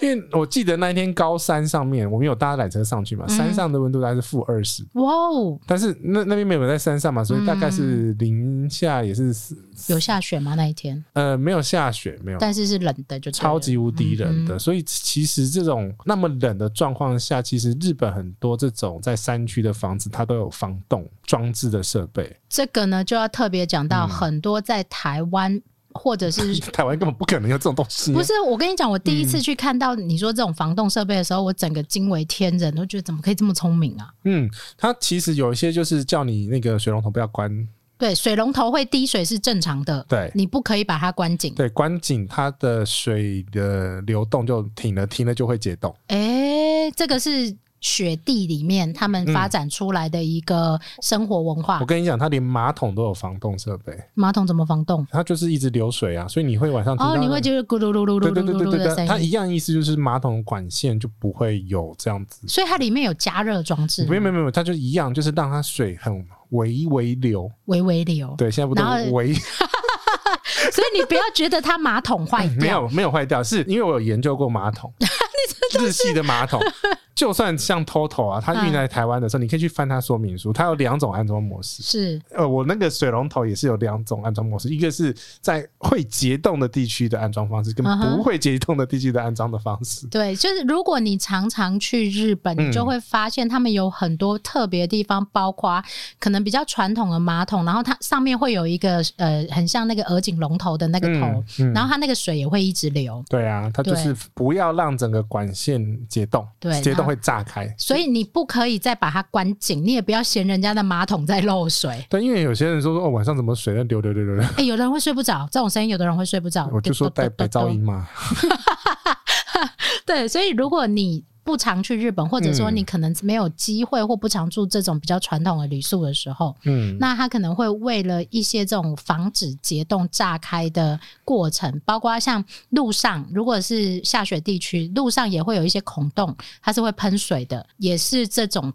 S1: 因为我记得那一天高山上面，我们有搭缆车上去
S2: 嗯
S1: 嘛，山上的温度大概是负二十，
S2: 哇哦，
S1: 但是那那边没有在山上嘛，所以大概
S2: 嗯
S1: 是零下也是四
S2: 有下雪吗那一天？
S1: 呃没有下雪，没有
S2: 但是是冷的就对了，
S1: 超级无敌冷的，
S2: 嗯
S1: 所以其实这种那么冷的状况下，其实日本很多这种在山区的房子，它都有防冻装置的设备。 (laughs)
S2: 这个呢，就要特别讲
S1: 嗯
S2: 到很多在台湾或
S1: (laughs)
S2: 者是
S1: 台湾根本不可能有这种东西，
S2: 不是，我跟你讲，我第一
S1: 嗯
S2: 次去看到你说这种防冻设备的时候，我整个惊为天人，都觉得怎么可以这么聪明啊？
S1: 嗯，它其实有一些就是叫你那个水龙头不要关，
S2: 对，水龙头会滴水是正常的，
S1: 对
S2: 你不可以把它关紧。
S1: 对，关紧它的水的流动就停了，停了就会解冻。
S2: 诶，这个是雪地里面他们发展出来的一个生活文化。
S1: 我跟你讲，它连马桶都有防冻设备，
S2: 马桶怎么防冻？
S1: 它就是一直流水啊，所以你会晚上听到
S2: 哦，
S1: 那
S2: 你
S1: 个、
S2: 会觉得咕噜噜噜噜
S1: 对对
S2: 噜
S1: 对对
S2: 噜噜
S1: 对
S2: 的
S1: 对，它
S2: 声音，
S1: 一样意思就是马桶管线就不会有这样子
S2: 所以它里面有加热装置，
S1: 没有没有没有，它就一样，就是让它水很微微流。
S2: 微微流。
S1: 对，现在不
S2: 哦然后
S1: 都
S2: (laughs)
S1: 微
S2: 所以你不要觉得它马桶坏
S1: (laughs) 没
S2: 掉，
S1: 有没有坏掉，是因为我有研究过马
S2: (laughs)
S1: 桶，日系的马桶，就算像 TOTO 啊，它运来台湾的时候，你可以去翻它说明书，它有两种安装模式。
S2: 是
S1: 呃，我那个水龙头也是有两种安装模式，一个是在会结冻的地区的安装方式，跟
S2: 嗯哼
S1: 不会结冻的地区的安装的方式。
S2: 对，就是如果你常常去日本，
S1: 嗯
S2: 你就会发现他们有很多特别的地方，包括可能比较传统的马桶，然后它上面会有一个呃，很像那个鹅颈龙头的那个头，
S1: 嗯
S2: 然后它那个水也会一直流。
S1: 对啊，它就是不要让整个管线结冻，
S2: 对
S1: 结
S2: 然
S1: 冻
S2: 后
S1: 会炸开。
S2: 所以你不可以再把它关紧，你也不要嫌人家的马桶在漏水。
S1: 但因为有些人说说哦，晚上怎么水在流流流流流，
S2: 哎、有的人会睡不着，这种声音有的人会睡不着。
S1: 我就说带白噪音嘛。
S2: 对，所以如果你不常去日本，或者说
S1: 嗯
S2: 你可能没有机会或不常住这种比较传统的旅宿的时候，
S1: 嗯，
S2: 那它可能会为了一些这种防止结冻炸开的过程，包括像路上，如果是下雪地区，路上也会有一些孔洞，它是会喷水的，也是这种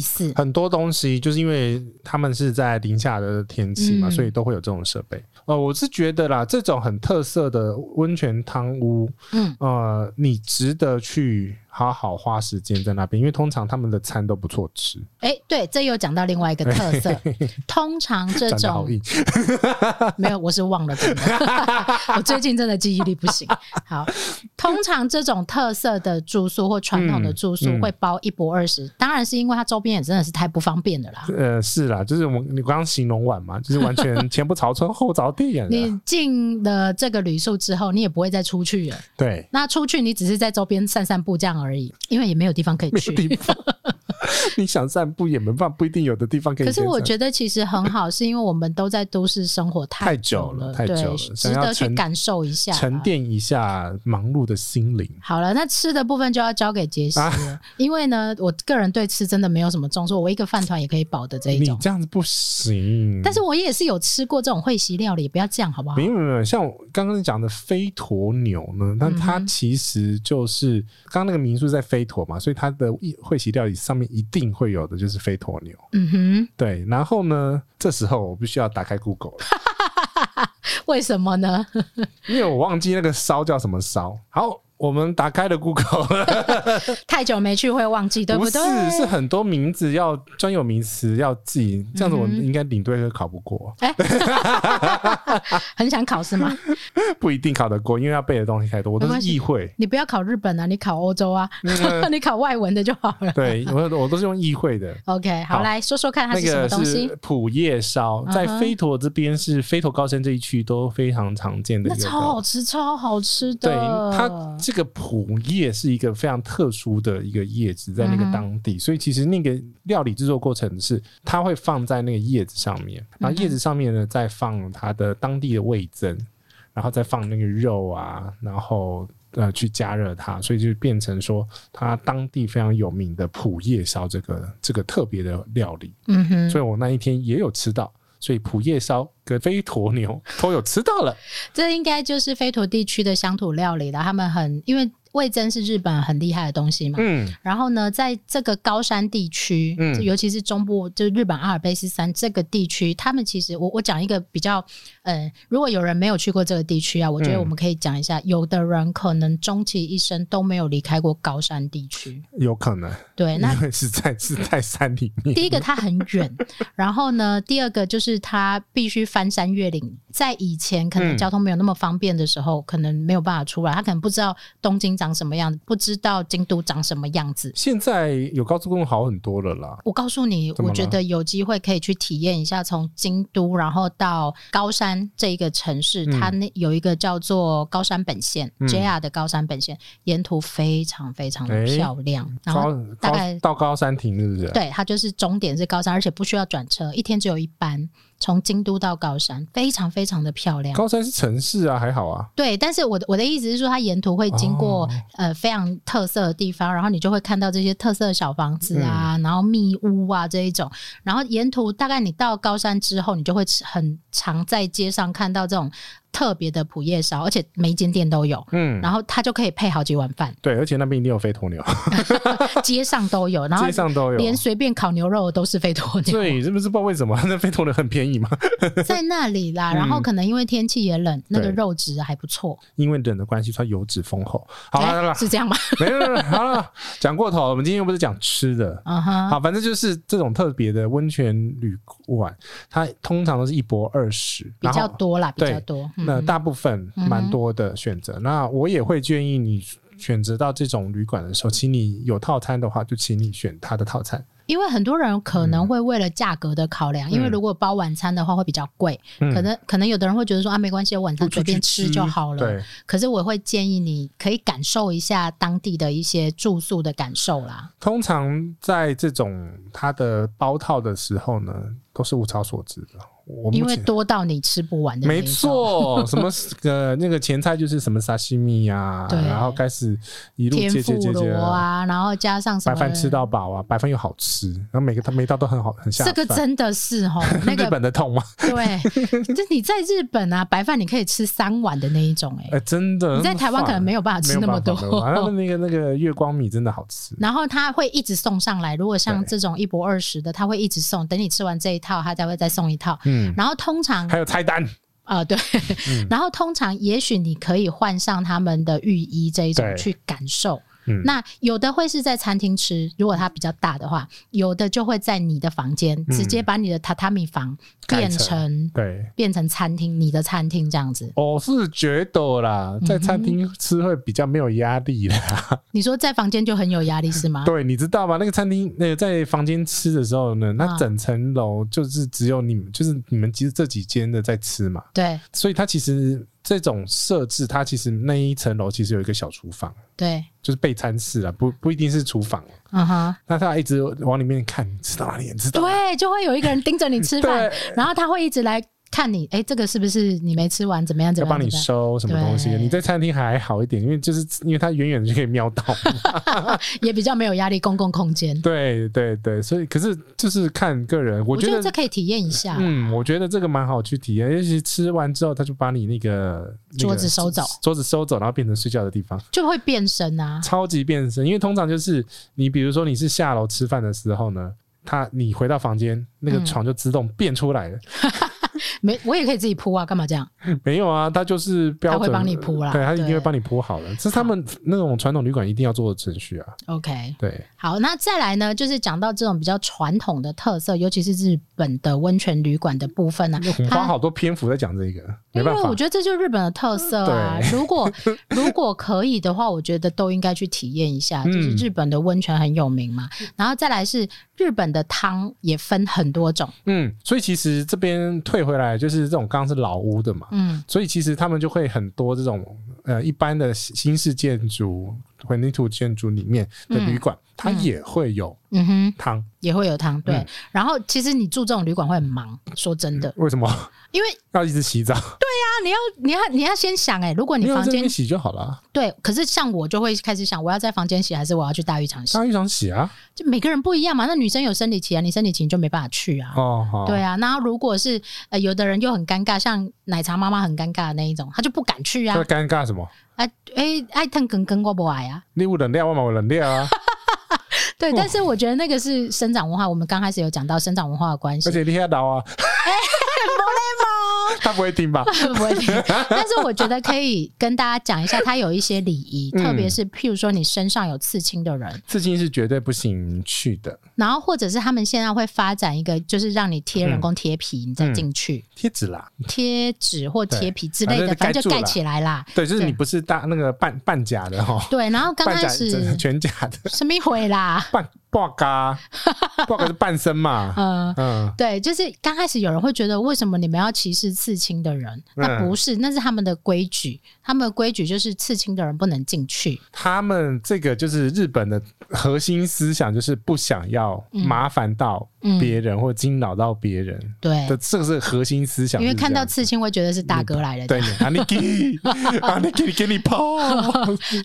S1: (laughs)
S2: 思。
S1: 很多东西就是因为他们是在零下的天气嘛，
S2: 嗯
S1: 所以都会有这种设备。呃，我是觉得啦，这种很特色的温泉汤屋，
S2: 嗯，
S1: 呃，你值得去好好花时间在那边，因为通常他们的餐都不错吃，
S2: 哎、对，这又讲到另外一个特
S1: (laughs)
S2: 色，通常这
S1: 长得好
S2: 种
S1: 硬。
S2: 没有，我是忘了 (laughs) 真的，我最近真的记忆力不行。好，通常这种特色的住宿或传统的住
S1: 嗯
S2: 宿
S1: 嗯
S2: 会包一博二十，当然是因为它周边也真的是太不方便了啦。
S1: 呃，是啦，就是我你刚刚形容完嘛，就是完
S2: (laughs)
S1: 全前不着村后着店啊。
S2: 你进了这个旅宿之后，你也不会再出去了。
S1: 对，
S2: 那出去你只是在周边散散步这样而已，因为也没有地方可以
S1: 没有
S2: 去。
S1: (laughs) 地方，你想散步也没办法，不一定有的地方可以
S2: 可
S1: 先
S2: 是
S1: 散步。
S2: 我觉得其实很好，是因为我们都在都市生活
S1: 太
S2: 久
S1: 久了太久了
S2: 对，
S1: 想
S2: 值
S1: 要
S2: 得去
S1: 沉
S2: 感受一下啦
S1: 沉淀一下忙碌的心灵。啊
S2: 好了，那吃的部分就要交给杰西了，因为呢，我个人对吃真的没有什么重视，我一个饭团也可以饱的这一
S1: 你
S2: 种。
S1: 这样子不行。
S2: 但是我也是有吃过这种会席料理，不要这样好不好
S1: 没？有没有没有，像我刚刚讲的飞鸵牛呢，
S2: 嗯
S1: 那它其实就是刚刚那个民宿在飞鸵嘛，所以它的会席料理上面一定会有的就是飞鸵牛。
S2: 嗯
S1: 对，然后呢，这时候我必须要打开 Google 了，
S2: 哼，为什么呢？ (laughs)
S1: 因为我忘记那个烧叫什么烧。好，我们打开了 Google 了，
S2: 太久没去会忘记， (laughs) 对
S1: 不
S2: 对？
S1: 是是很多名字要专有名词要记，这样子我
S2: 嗯
S1: 应该领队会考不过，
S2: 哎，很想考是吗？
S1: 不一定考得过，因为要背的东西太多，我
S2: 没
S1: 都
S2: 关
S1: 是
S2: 系
S1: 意会。
S2: 你不要考日本啊，你考欧洲啊， (laughs) 你考外文的就好了。 (laughs)
S1: 对，我我都是用意会的。
S2: OK，好，
S1: 好
S2: 来说说看它
S1: 那
S2: 是什么
S1: 个
S2: 东西
S1: 是。普叶烧，在
S2: 嗯哼
S1: 飞陀这边是飞陀高山这一区都非常常见的一
S2: 那
S1: 个东西。
S2: 超好吃，超好吃的。
S1: 对，它这个普叶是一个非常特殊的一个叶子，在那
S2: 嗯
S1: 个
S2: 哼
S1: 当地，所以其实那个料理制作过程是它会放在那个叶子上
S2: 嗯
S1: 面，然后叶子上面呢再放它的当地的味增，然后再放那个肉啊，然后呃去加热它，所以就变成说它当地非常有名的普叶烧这个这个特别的料理。
S2: 嗯哼，
S1: 所以我那一天也有吃到，所以普叶烧跟飞驼牛都有吃到了。
S2: 这应该就是飞陀地区的乡土料理了。他们很因为味噌是日本很厉害的东西嘛。
S1: 嗯，
S2: 然后呢，在这个高山地区，
S1: 嗯
S2: 嗯，尤其是中部，就日本阿尔卑斯山这个地区，他们其实我我讲一个比较，呃，如果有人没有去过这个地区啊，我觉得
S1: 嗯
S2: 我们可以讲一下，有的人可能终其一生都没有离开过高山地区，
S1: 有可能，
S2: 对，那
S1: 因为是在是
S2: 嗯
S1: 在山里面。
S2: 第一个它很远，然后呢，第二个就是它必须翻山越岭。在以前可能
S1: 嗯
S2: 交通没有那么方便的时候，可能没有办法出来，他可能不知道东京长什么样子，不知道京都长什么样子。
S1: 现在有高速公路好很多了啦。
S2: 我告诉你，
S1: 怎么
S2: 我
S1: 了
S2: 觉得有机会可以去体验一下，从京都然后到高山这一个城市，
S1: 嗯
S2: 它那有一个叫做高山本线、
S1: 嗯
S2: JR 的高山本线，沿途非常非常的
S1: 诶
S2: 漂亮，然后
S1: 高
S2: 大
S1: 高
S2: 概
S1: 到高山停是不是？
S2: 对，它就是终点是高山，而且不需要转车，一天只有一班，从京都到高山，非常非常的漂亮。
S1: 高山是城市啊，还好啊。
S2: 对，但是我的我的意思是说，它沿途会经过、
S1: 哦
S2: 呃非常特色的地方，然后你就会看到这些特色的小房子啊，
S1: 嗯
S2: 然后密屋啊这一种，然后沿途大概你到高山之后，你就会吃很常在街上看到这种特别的普叶烧，而且每一间店都有，
S1: 嗯，
S2: 然后它就可以配好几碗饭，
S1: 对，而且那边一定有飞驼牛，
S2: 街上都有，然后
S1: 街上都有。
S2: 连随便烤牛肉的都是肥
S1: (laughs)
S2: 多牛。
S1: 对，是不是不知道为什么那飞驼牛很便宜嘛？
S2: 在那里啦，然后可能因为天气也冷，那个
S1: 嗯对
S2: 肉质还不错。
S1: (laughs) 因为冷的关系，它油脂丰厚。好了，
S2: 哎
S1: 好了，
S2: 是这样吗？
S1: 没有没有没有好了，讲过头了。我们今天又不是讲吃的，
S2: 嗯哼，
S1: 好，反正就是这种特别的温泉旅馆，它通常都是一博二十，
S2: 比
S1: 然
S2: 较
S1: 后
S2: 多啦，比
S1: 对
S2: 较多。
S1: 那
S2: 嗯，
S1: 大部分蛮多的选择。那我也会建议你选择到这种旅馆的时候，请你有套餐的话，就请你选它的套餐。
S2: 因为很多人可
S1: 嗯
S2: 能会为了价格的考量，因为如果包晚餐的话会比较贵，
S1: 嗯
S2: 可能可能有的人会觉得说啊，没关系，我晚
S1: 不
S2: 餐随便吃就好了。
S1: 对，
S2: 可是我会建议你可以感受一下当地的一些住宿的感受啦。
S1: 通常在这种它的包套的时候呢，都是物超所值的。我目
S2: 因为
S1: 前
S2: 多到你吃不完的那
S1: 没
S2: 一种，
S1: 错，什么呃那个前菜就是什么沙西米呀，
S2: 对
S1: 然后开始一路
S2: 天
S1: 接接
S2: 妇
S1: 接接
S2: 罗，啊，然后加上什
S1: 白
S2: 么
S1: 饭吃到饱啊，白饭又好吃，然后每个它每一道都很好很下
S2: 这
S1: 饭。
S2: 个真的是
S1: (laughs)
S2: 哦，那
S1: 日
S2: 个
S1: 本的痛吗？
S2: 对，就你在日本啊，白饭你可以吃三碗的那一种、欸，
S1: 哎，真的。
S2: 你在
S1: 那么
S2: 台湾可
S1: 烦
S2: 能没有办法吃那么多。
S1: 没有办法没有办法那个那个月光米真的好吃。
S2: 然后他会一直送上来，如果像
S1: 对
S2: 这种一博二十的，他会一直送，等你吃完这一套，他才会再送一套。
S1: 嗯，
S2: 然后通常
S1: 还有嗯菜单，
S2: 呃对，然后通常也许你可以换上他们的浴衣这一种
S1: 对
S2: 去感受。
S1: 嗯
S2: 那有的会是在餐厅吃，如果它比较大的话，有的就会在你的房间直接把你的榻榻米房
S1: 嗯改
S2: 变
S1: 成
S2: 成
S1: 对。
S2: 变成餐厅，你的餐厅这样子。
S1: 我是觉得啦，
S2: 嗯
S1: 在餐厅吃会比较没有压力啦。
S2: 你说在房间就很有压力是吗？
S1: 对，你知道吗？那个餐厅，那个在房间吃的时候呢，那
S2: 啊
S1: 整层楼就是只有你们，就是你们其实这几间的在吃嘛，
S2: 对
S1: 所以它其实这种设置，它其实那一层楼其实有一个小厨房，
S2: 对，
S1: 就是备餐室啊，不不一定是厨房。
S2: 嗯哼，
S1: 那他一直往里面看，你吃到哪里？你知道哪里
S2: 对，就会有一个人盯着你啊吃饭，然后他会一直来看你，哎，这个是不是你没吃完？怎么样？怎
S1: 要
S2: 么样？
S1: 帮你
S2: 怎么样
S1: 收什么东西？
S2: 啊对
S1: 你在餐厅还好一点，因为就是因为它远远就可以瞄
S2: (laughs)
S1: 到。
S2: 也比较没有压力，公共空间。
S1: 对对对，所以可是就是看个人，我
S2: 我
S1: 觉
S2: 觉
S1: 得
S2: 得这可以体验一下。
S1: 嗯，我觉得这个蛮好去体验，尤其吃完之后，他就把你那个那个
S2: 桌子收走
S1: 桌子收走，然后变成睡觉的
S2: (laughs)
S1: 地方，
S2: 就会变身啊，
S1: 超级变身。因为通常就是你比如说你是下楼吃饭的时候呢。他，你回到房间，那个
S2: 嗯
S1: 床就自动变出来了。 (laughs)
S2: 没我也可以自己铺啊，干嘛这样？
S1: 没有啊，他就是标准，
S2: 他会帮你铺啦啊
S1: 对他一定
S2: 对
S1: 会帮你铺好了。这是他们那种传统旅馆一定要做的程序啊。
S2: OK，
S1: 对，
S2: 好，那再来呢，就是讲到这种比较传统的特色，尤其是日本的温泉旅馆的部分呢、
S1: 我们
S2: 它
S1: 花好多篇幅在讲这个，没
S2: 啊因
S1: 办
S2: 为
S1: 法
S2: 我。觉得这就是日本的特色啊。
S1: 对 (laughs)
S2: 如果如果可以的话，我觉得都应该去体验一下。就是
S1: 嗯
S2: 日本的温泉很有名嘛，然后再来是日本的汤也分很多种。
S1: 嗯，所以其实这边退回来就是这种刚刚是老屋的嘛，
S2: 嗯，
S1: 所以其实他们就会很多这种呃一般的新式建筑、混凝土建筑里面的旅馆，它也会有
S2: 嗯哼，
S1: 汤。
S2: 也会有汤对。
S1: 嗯
S2: 然后其实你住这种旅馆会很忙，说真的，
S1: 为什么 (laughs)
S2: 因为
S1: 要一直洗澡？
S2: 啊，你要你要你要先想哎、如果你
S1: 没有
S2: 房
S1: 在那
S2: 间
S1: 边洗就好了，
S2: 对，可是像我就会开始想，我要在房间洗还是我要去大浴场洗？
S1: 大浴场洗啊。
S2: 就每个人不一样嘛。那女生有生理期啊，你生理期你就没办法去啊。
S1: 哦，好，
S2: 对啊，那如果是呃，有的人又很尴尬，像奶茶妈妈很尴尬的那一种，她就不敢去啊
S1: 这。尴尬什么？
S2: 啊，哎，爱疼梗梗我不爱啊。
S1: 你有冷料，我嘛有冷料
S2: (laughs)
S1: 啊。
S2: 对，
S1: 哦
S2: 但是我觉得那个是生长文化，我们刚开始有讲到生长文化的关系
S1: 而。且你还老
S2: (laughs)
S1: 啊，
S2: 哎
S1: (laughs) 他不会听吧？
S2: 不
S1: (laughs)
S2: 会听，但是我觉得可以跟大家讲一下，它有一些礼仪，
S1: 嗯
S2: 特别是譬如说你身上有刺青的人，
S1: 刺青是绝对不行去的，
S2: 然后或者是他们现在会发展一个，就是让你贴人工贴皮，你再进去
S1: 贴纸啦。
S2: 贴纸或贴皮之类的，
S1: 嗯对
S2: 反
S1: 反正
S2: 正就
S1: 就
S2: 盖
S1: 盖
S2: 起
S1: 起
S2: 来啦。
S1: 对，就是
S2: 对
S1: 你不是大那个半半假的哈，
S2: 对，然后刚
S1: 半
S2: 开
S1: 假
S2: 始
S1: 全假的，
S2: (laughs) 什么回啦？
S1: 半半嘎，半嘎是半身嘛。
S2: (laughs) 嗯。
S1: 嗯，
S2: 对，就是刚开始有人会觉得，为什么你们要歧视刺青的人？那
S1: 嗯
S2: 不是，那是他们的规矩。他们的规矩就是刺青的人不能进去。
S1: 他们这个就是日本的核心思想，就是不想要
S2: 嗯
S1: 麻烦到别人或惊扰到别人
S2: 对
S1: 的，，这个是核心思想。
S2: 因为
S1: 是这
S2: 看到
S1: 样
S2: 刺青会觉得是大哥来了。
S1: 对，你啊，你给，
S2: (laughs)
S1: 啊，你给，给你嗯泡。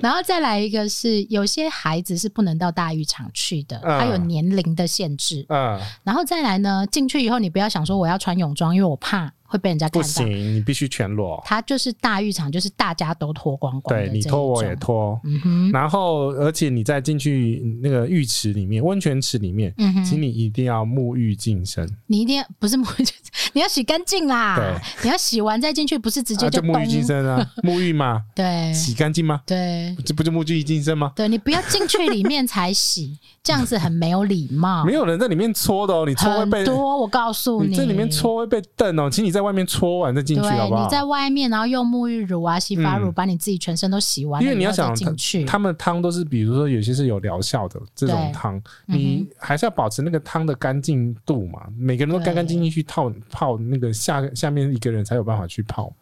S2: 然后再来一个是，有些孩子是不能到大浴场去的，
S1: 嗯
S2: 他有年龄的限制。
S1: 嗯，
S2: 然后再来呢，进去以后你不要想说我要穿泳装，因为我怕会被人家看
S1: 不
S2: 到。
S1: 行，你必须全裸。
S2: 他就是大浴场，就是大家都脱光光的
S1: 对
S2: 这
S1: 你
S2: 一种。
S1: 脱我也脱，
S2: 嗯哼，
S1: 然后而且你再进去那个浴池里面、温泉池里面，
S2: 嗯
S1: 请
S2: 哼，
S1: 你一定要沐浴净身，
S2: 你一定要不是沐浴 (laughs) 巾，你要洗干净啦
S1: 对。
S2: 你要洗完再进去，不是直接
S1: 啊，就沐浴净
S2: 咚
S1: 身
S2: (laughs)
S1: 啊，沐浴嘛，
S2: 对
S1: 洗干净吗？
S2: 对
S1: 这不就沐浴净身吗？
S2: 对，你不要进去里面才洗，这样子很没有礼貌。
S1: 没有人在里面搓的哦，你搓会
S2: 哦很
S1: 被
S2: 多，我告诉
S1: 你这里面搓会被瞪哦，请你在外面搓完再进去好不
S2: 对，你
S1: 好？
S2: 在外面，然后用沐浴乳啊、洗发乳
S1: 嗯
S2: 把你自己全身都洗完了，
S1: 因为你要
S2: 然后
S1: 想
S2: 再进去，
S1: 他们汤都是，比如说有些是有疗效的这
S2: 对
S1: 种汤，
S2: 嗯哼
S1: 你还是要保持那个汤的干净度嘛。每个人都干干净净去泡泡那个下下面一个人才有办法去
S2: (laughs)
S1: 泡，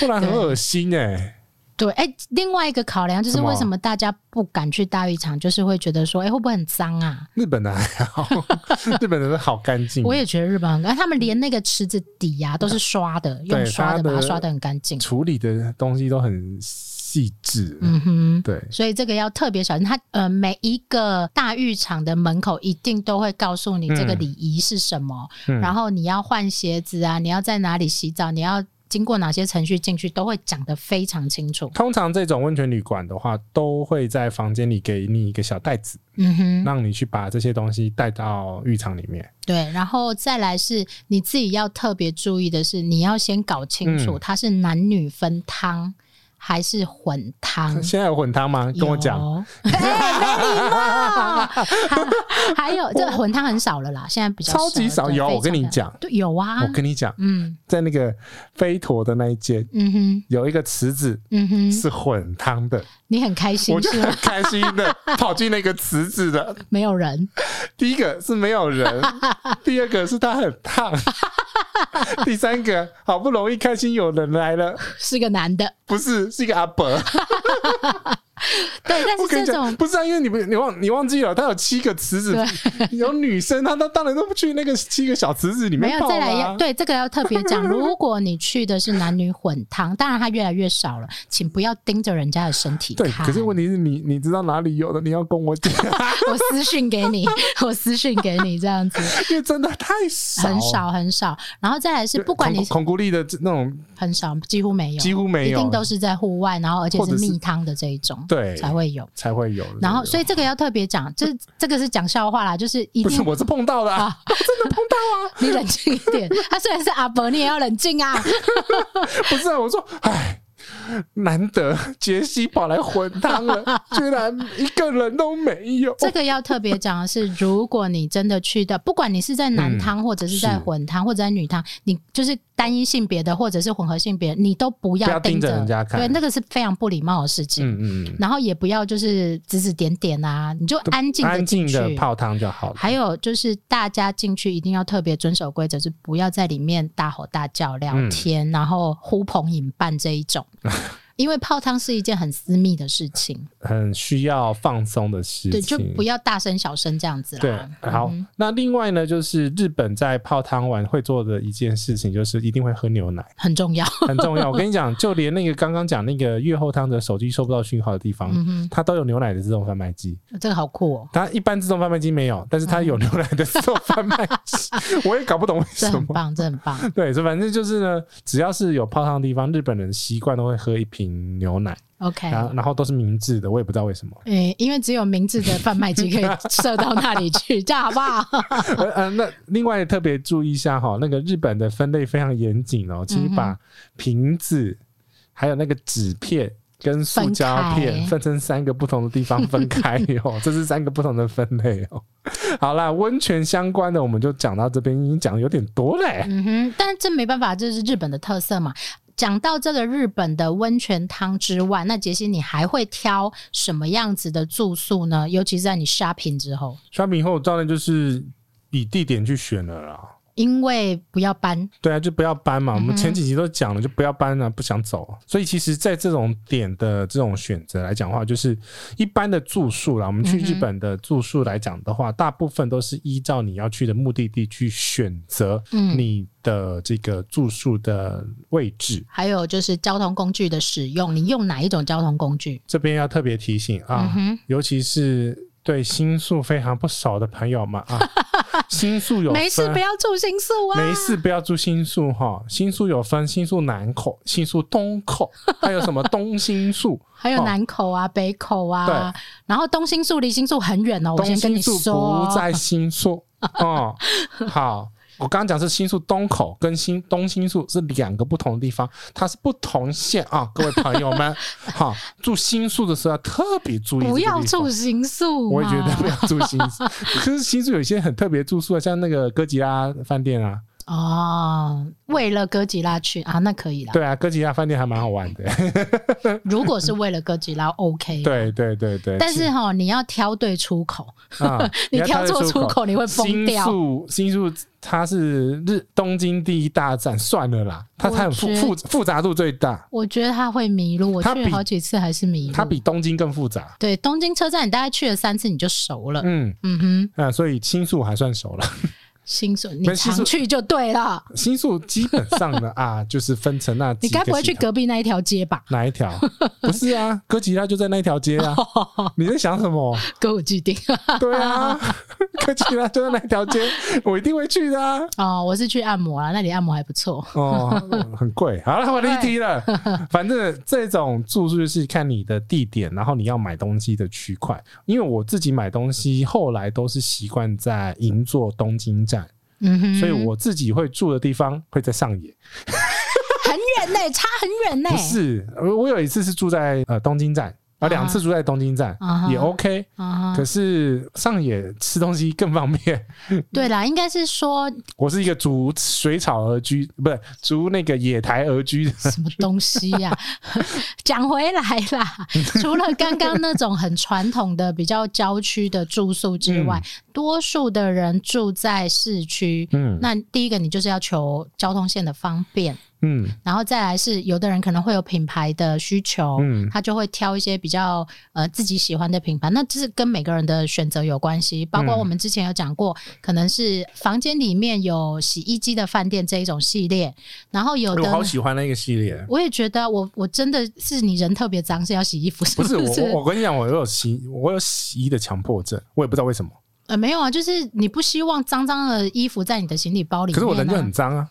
S1: 不然很恶心哎、
S2: 对，哎、另外一个考量就是
S1: 什么
S2: 为什么大家不敢去大浴场，就是会觉得说，哎、会不会很脏啊？
S1: 日本的还
S2: (laughs)
S1: 好，日本的好干净。
S2: 我也觉得日本很哎干，他们连那个池子底呀、都是刷的，用刷
S1: 大
S2: 的把
S1: 家
S2: 它
S1: 的
S2: 刷的很干净。
S1: 处理的东西都很细致，
S2: 嗯哼，
S1: 对。
S2: 所以这个要特别小心。它呃，每一个大浴场的门口一定都会告诉你这个
S1: 嗯
S2: 礼仪是什么，
S1: 嗯
S2: 然后你要换鞋子啊，你要在哪里洗澡，你要经过哪些程序进去，都会讲得非常清楚。
S1: 通常这种温泉旅馆的话，都会在房间里给你一个小袋子，
S2: 嗯哼，
S1: 让你去把这些东西带到浴场里面。
S2: 对，然后再来是你自己要特别注意的是，你要先搞清楚
S1: 嗯
S2: 它是男女分汤还是混汤。
S1: 现在有混汤吗？跟我讲，
S2: 嗯有，哎没礼貌。 (laughs) 还还有这混汤很少了啦，现在比较
S1: 超级
S2: 少
S1: 少
S2: 了，
S1: 有
S2: 对
S1: 我跟你，
S2: 非常
S1: 讲
S2: 的对，有啊
S1: 我，跟你讲，
S2: 嗯
S1: 在那个飞陀的那一间
S2: 嗯哼
S1: 有一个池子
S2: 嗯哼，
S1: 是混汤的，
S2: 你很开心
S1: 我就是很
S2: 吗？
S1: 开心
S2: (laughs)
S1: 的跑进那个池子的。
S2: 没
S1: (laughs)
S2: 有人，
S1: 第一个是没有
S2: (laughs)
S1: 人，第二个是它很烫，第三个好不容易开心有人来了，
S2: 是个男的，
S1: 不是是一个阿伯。
S2: 对，但
S1: 我跟
S2: 是
S1: 你
S2: 这
S1: 讲，
S2: 种
S1: 不是啊，因为你不你忘你忘记了，他有七个池子，有女生，啊他他当然都不去那个七个小池子里
S2: 没
S1: 面
S2: 有
S1: 泡啊
S2: 再来
S1: 啦
S2: 要。对这个要特别
S1: (laughs)
S2: 讲，如果你去的是男女混汤，当然它越来越少了，请不要盯着人家的身体
S1: 对，
S2: 看。
S1: 可是问题是你你知道哪里有的，你要跟我 (laughs) 讲。
S2: 我私讯给
S1: (laughs)
S2: 你，我私讯给你这样子，
S1: 因为真的太少，
S2: 很。少很少。然后再来是，不管你
S1: 孔孔古力的这那种
S2: 很少，几乎没有，
S1: 几乎没有，
S2: 一定都是在户外，然后而且
S1: 或
S2: 是
S1: 者是
S2: 密汤的这一种，
S1: 对
S2: 才会有。
S1: 才会有的。
S2: 然后，
S1: 对
S2: 所以这个要特别讲，这这个是讲笑话啦，就是一
S1: 不是
S2: 定
S1: 我是碰到的、啊，
S2: 你冷静一点。他虽然是阿伯，你也要冷静啊。
S1: (laughs) 不是、啊、我说，哎，难得杰西跑来混汤
S2: (laughs)
S1: 了，居然一个人都没有。
S2: 这个要特别讲的是，如果你真的去的，不管你是在男汤，或者是在
S1: 嗯是
S2: 混汤，或者在女汤，你就是单一性别的，或者是混合性别，你都不
S1: 不
S2: 要
S1: 要盯
S2: 盯
S1: 着人家看
S2: 对，那个是非常不礼貌的事情。
S1: 嗯嗯嗯，
S2: 然后也不要就是指指点点啊，你就安静的
S1: 安静
S2: 进去。
S1: 的泡汤就好了。
S2: 还有就是大家进去一定要特别遵守规则，就是
S1: 嗯 (laughs)
S2: 不要在里面大吼大叫、聊天，然后呼朋引伴这一种。因为泡汤是一件很私密的事情，
S1: 很需要放松的事情。
S2: 对，就不要大声小声这样子
S1: 对
S2: 啦。，嗯
S1: 好。那另外呢，就是日本在泡汤完会做的一件事情，就是一定会喝牛
S2: (laughs)
S1: 奶，
S2: 很重要。
S1: 很重要。我跟你讲，就连那个刚刚讲那个月后汤的手机收不到讯号的地方，
S2: 嗯
S1: 它都有牛奶的自动贩卖机。
S2: 哼，这个好酷哦，
S1: 它一般自动贩卖机没有，但是它有牛奶的自动贩卖机，我也搞不懂为
S2: 这
S1: 什
S2: 很
S1: 么。
S2: 棒，这很
S1: (laughs)
S2: 棒。
S1: 对，所以反正就是呢，只要是有泡汤的地方，日本人习惯都会喝一瓶牛奶，
S2: OK，
S1: 然后然后都是明治的，我也不知道为什么。
S2: 诶、因为只有明智的贩卖机可以 (laughs) 射到那里去，这样好不好？ (laughs)
S1: 呃呃，那另外特别注意一下哈，那个日本的分类非常严谨
S2: 嗯
S1: 哦，请你把瓶子、还有那个纸片。跟塑胶
S2: 分
S1: 片
S2: 开
S1: 分成三个不同的地方分开
S2: (laughs)
S1: 哦，这是三个不同的分类哦。好啦，温泉相关的我们就讲到这边，已经讲的有点多嘞、
S2: 嗯哼，但这没办法，这是日本的特色嘛。讲到这个日本的温泉汤之外，那杰西你还会挑什么样子的住宿呢？尤其是在你 shopping 之后，
S1: 刷屏后当然就是以地点去选了啦。
S2: 因为不要搬，
S1: 对啊，就不要搬嘛。我
S2: 嗯
S1: 们前几集都讲了，就不要搬了、不想走。啊所以其实，在这种点的这种选择来讲的话，就是一般的住宿啦。我们去
S2: 嗯
S1: 日本的住宿来讲的话，大部分都是依照你要去的目的地去选择
S2: 嗯
S1: 你的这个住宿的位置。
S2: 还有就是交通工具的使用，你用哪一种交通工具？
S1: 这边要特别提醒啊，
S2: 嗯
S1: 尤其是对新宿非常不熟的朋友
S2: (laughs)
S1: 们啊，新宿有
S2: 没事，
S1: 分
S2: 不要住新宿啊！？
S1: 没事，不要住新宿哈。新宿有分新宿南口、新宿东口， (laughs) 还有什么东新宿
S2: 还有南口啊、北口啊，
S1: 哦对
S2: 然后东新宿离新宿很远 (laughs) 哦。我
S1: 东
S2: 先跟
S1: 新
S2: 你
S1: 宿
S2: 说
S1: 不
S2: 哦，
S1: 在新宿
S2: (laughs)
S1: 哦。好，我刚刚讲是新宿东口跟新东新宿是两个不同的地方，它是不同线啊，各位朋友
S2: (laughs)
S1: 们。好，住新宿的时候要特别注意，
S2: 不要住。新宿嘛。
S1: 我也觉得不要住新
S2: (laughs)
S1: 宿，可是新宿有一些很特别住宿啊，像那个哥吉拉饭店啊，
S2: 哦，为了哥吉拉去啊，那可以啦。
S1: 对啊，哥吉拉饭店还蛮好玩的，
S2: 如果是为了哥吉拉
S1: (laughs)
S2: ，OK。。
S1: 对对对对。
S2: 但是哈，你要挑对出口，
S1: 啊
S2: (laughs) 你
S1: 要
S2: 挑错出
S1: 出
S2: 口你会疯掉
S1: 新宿，新宿它是日东京第一大站，算了啦，它
S2: 我
S1: 它很复
S2: 觉
S1: 复复杂度最大，
S2: 我觉得他会迷路。我
S1: 它
S2: 去
S1: 比
S2: 好几次还是迷路。
S1: 它比东京更复杂。
S2: 对东京车站，你大概去了三次你就熟了。
S1: 嗯
S2: 嗯哼，
S1: 啊，所以新宿还算熟了。 (laughs)
S2: 新宿你
S1: 没新宿
S2: 常去就对了。
S1: 新宿基本上呢啊，就是分成那
S2: (laughs)
S1: 几
S2: 你
S1: 个
S2: 该不会
S1: 系
S2: 去
S1: 统
S2: 隔壁那一条街吧？
S1: 哪一
S2: (laughs)
S1: 条？不是啊，哥吉拉就在那一条街啊。
S2: 哦
S1: 你在想什么？
S2: 跟我既定
S1: 对啊，哥吉拉就在那一条街，我一定会去的啊。
S2: (laughs) 哦，我是去按摩啊，那里按摩还不错。 (laughs)
S1: 哦，很贵。好了，我离题了。反正这种住宿就是看你的地点，然后你要买东西的区块。因为我自己买东西，后来都是习惯在银座东京站，
S2: 嗯哼，
S1: 所以我自己会住的地方会在上野。
S2: 很远呢、差很远呢、
S1: 不是，呃我有一次是住在呃东京站，啊，两次住在东京站
S2: 啊哈
S1: 也 OK。
S2: 啊
S1: 可是上野吃东西更方便。 (laughs)
S2: 对啦，应该是说
S1: 我是一个逐水草而居，不是逐那个野台而居的
S2: 什么东西呀、 (laughs) 讲回来
S1: (laughs)
S2: 啦，除了刚刚那种很传统的比较郊区的住宿之外，多数的人住在市区。
S1: 嗯
S2: 那第一个，你就是要求交通线的方便，
S1: 嗯
S2: 然后再来是有的人可能会有品牌的需求，
S1: 嗯
S2: 他就会挑一些比较呃自己喜欢的品牌，那这是跟每个人的选择有关系。包括
S1: 嗯
S2: 我们之前有讲过，可能是房间里面有洗衣机的饭店这一种系列，然后有的
S1: 哎我
S2: 呢
S1: 好喜欢那个系列。
S2: 我也觉得我，我真的是你人特别脏，是要洗衣服是
S1: 不
S2: (laughs)
S1: 是
S2: 是？
S1: 我，我我跟你讲，我有洗，我有洗衣的强迫症，我也不知道为什么。
S2: 呃，没有啊，就是你不希望脏脏的衣服在你的行李包里
S1: 可
S2: 面、啊。
S1: 是我人就很脏啊，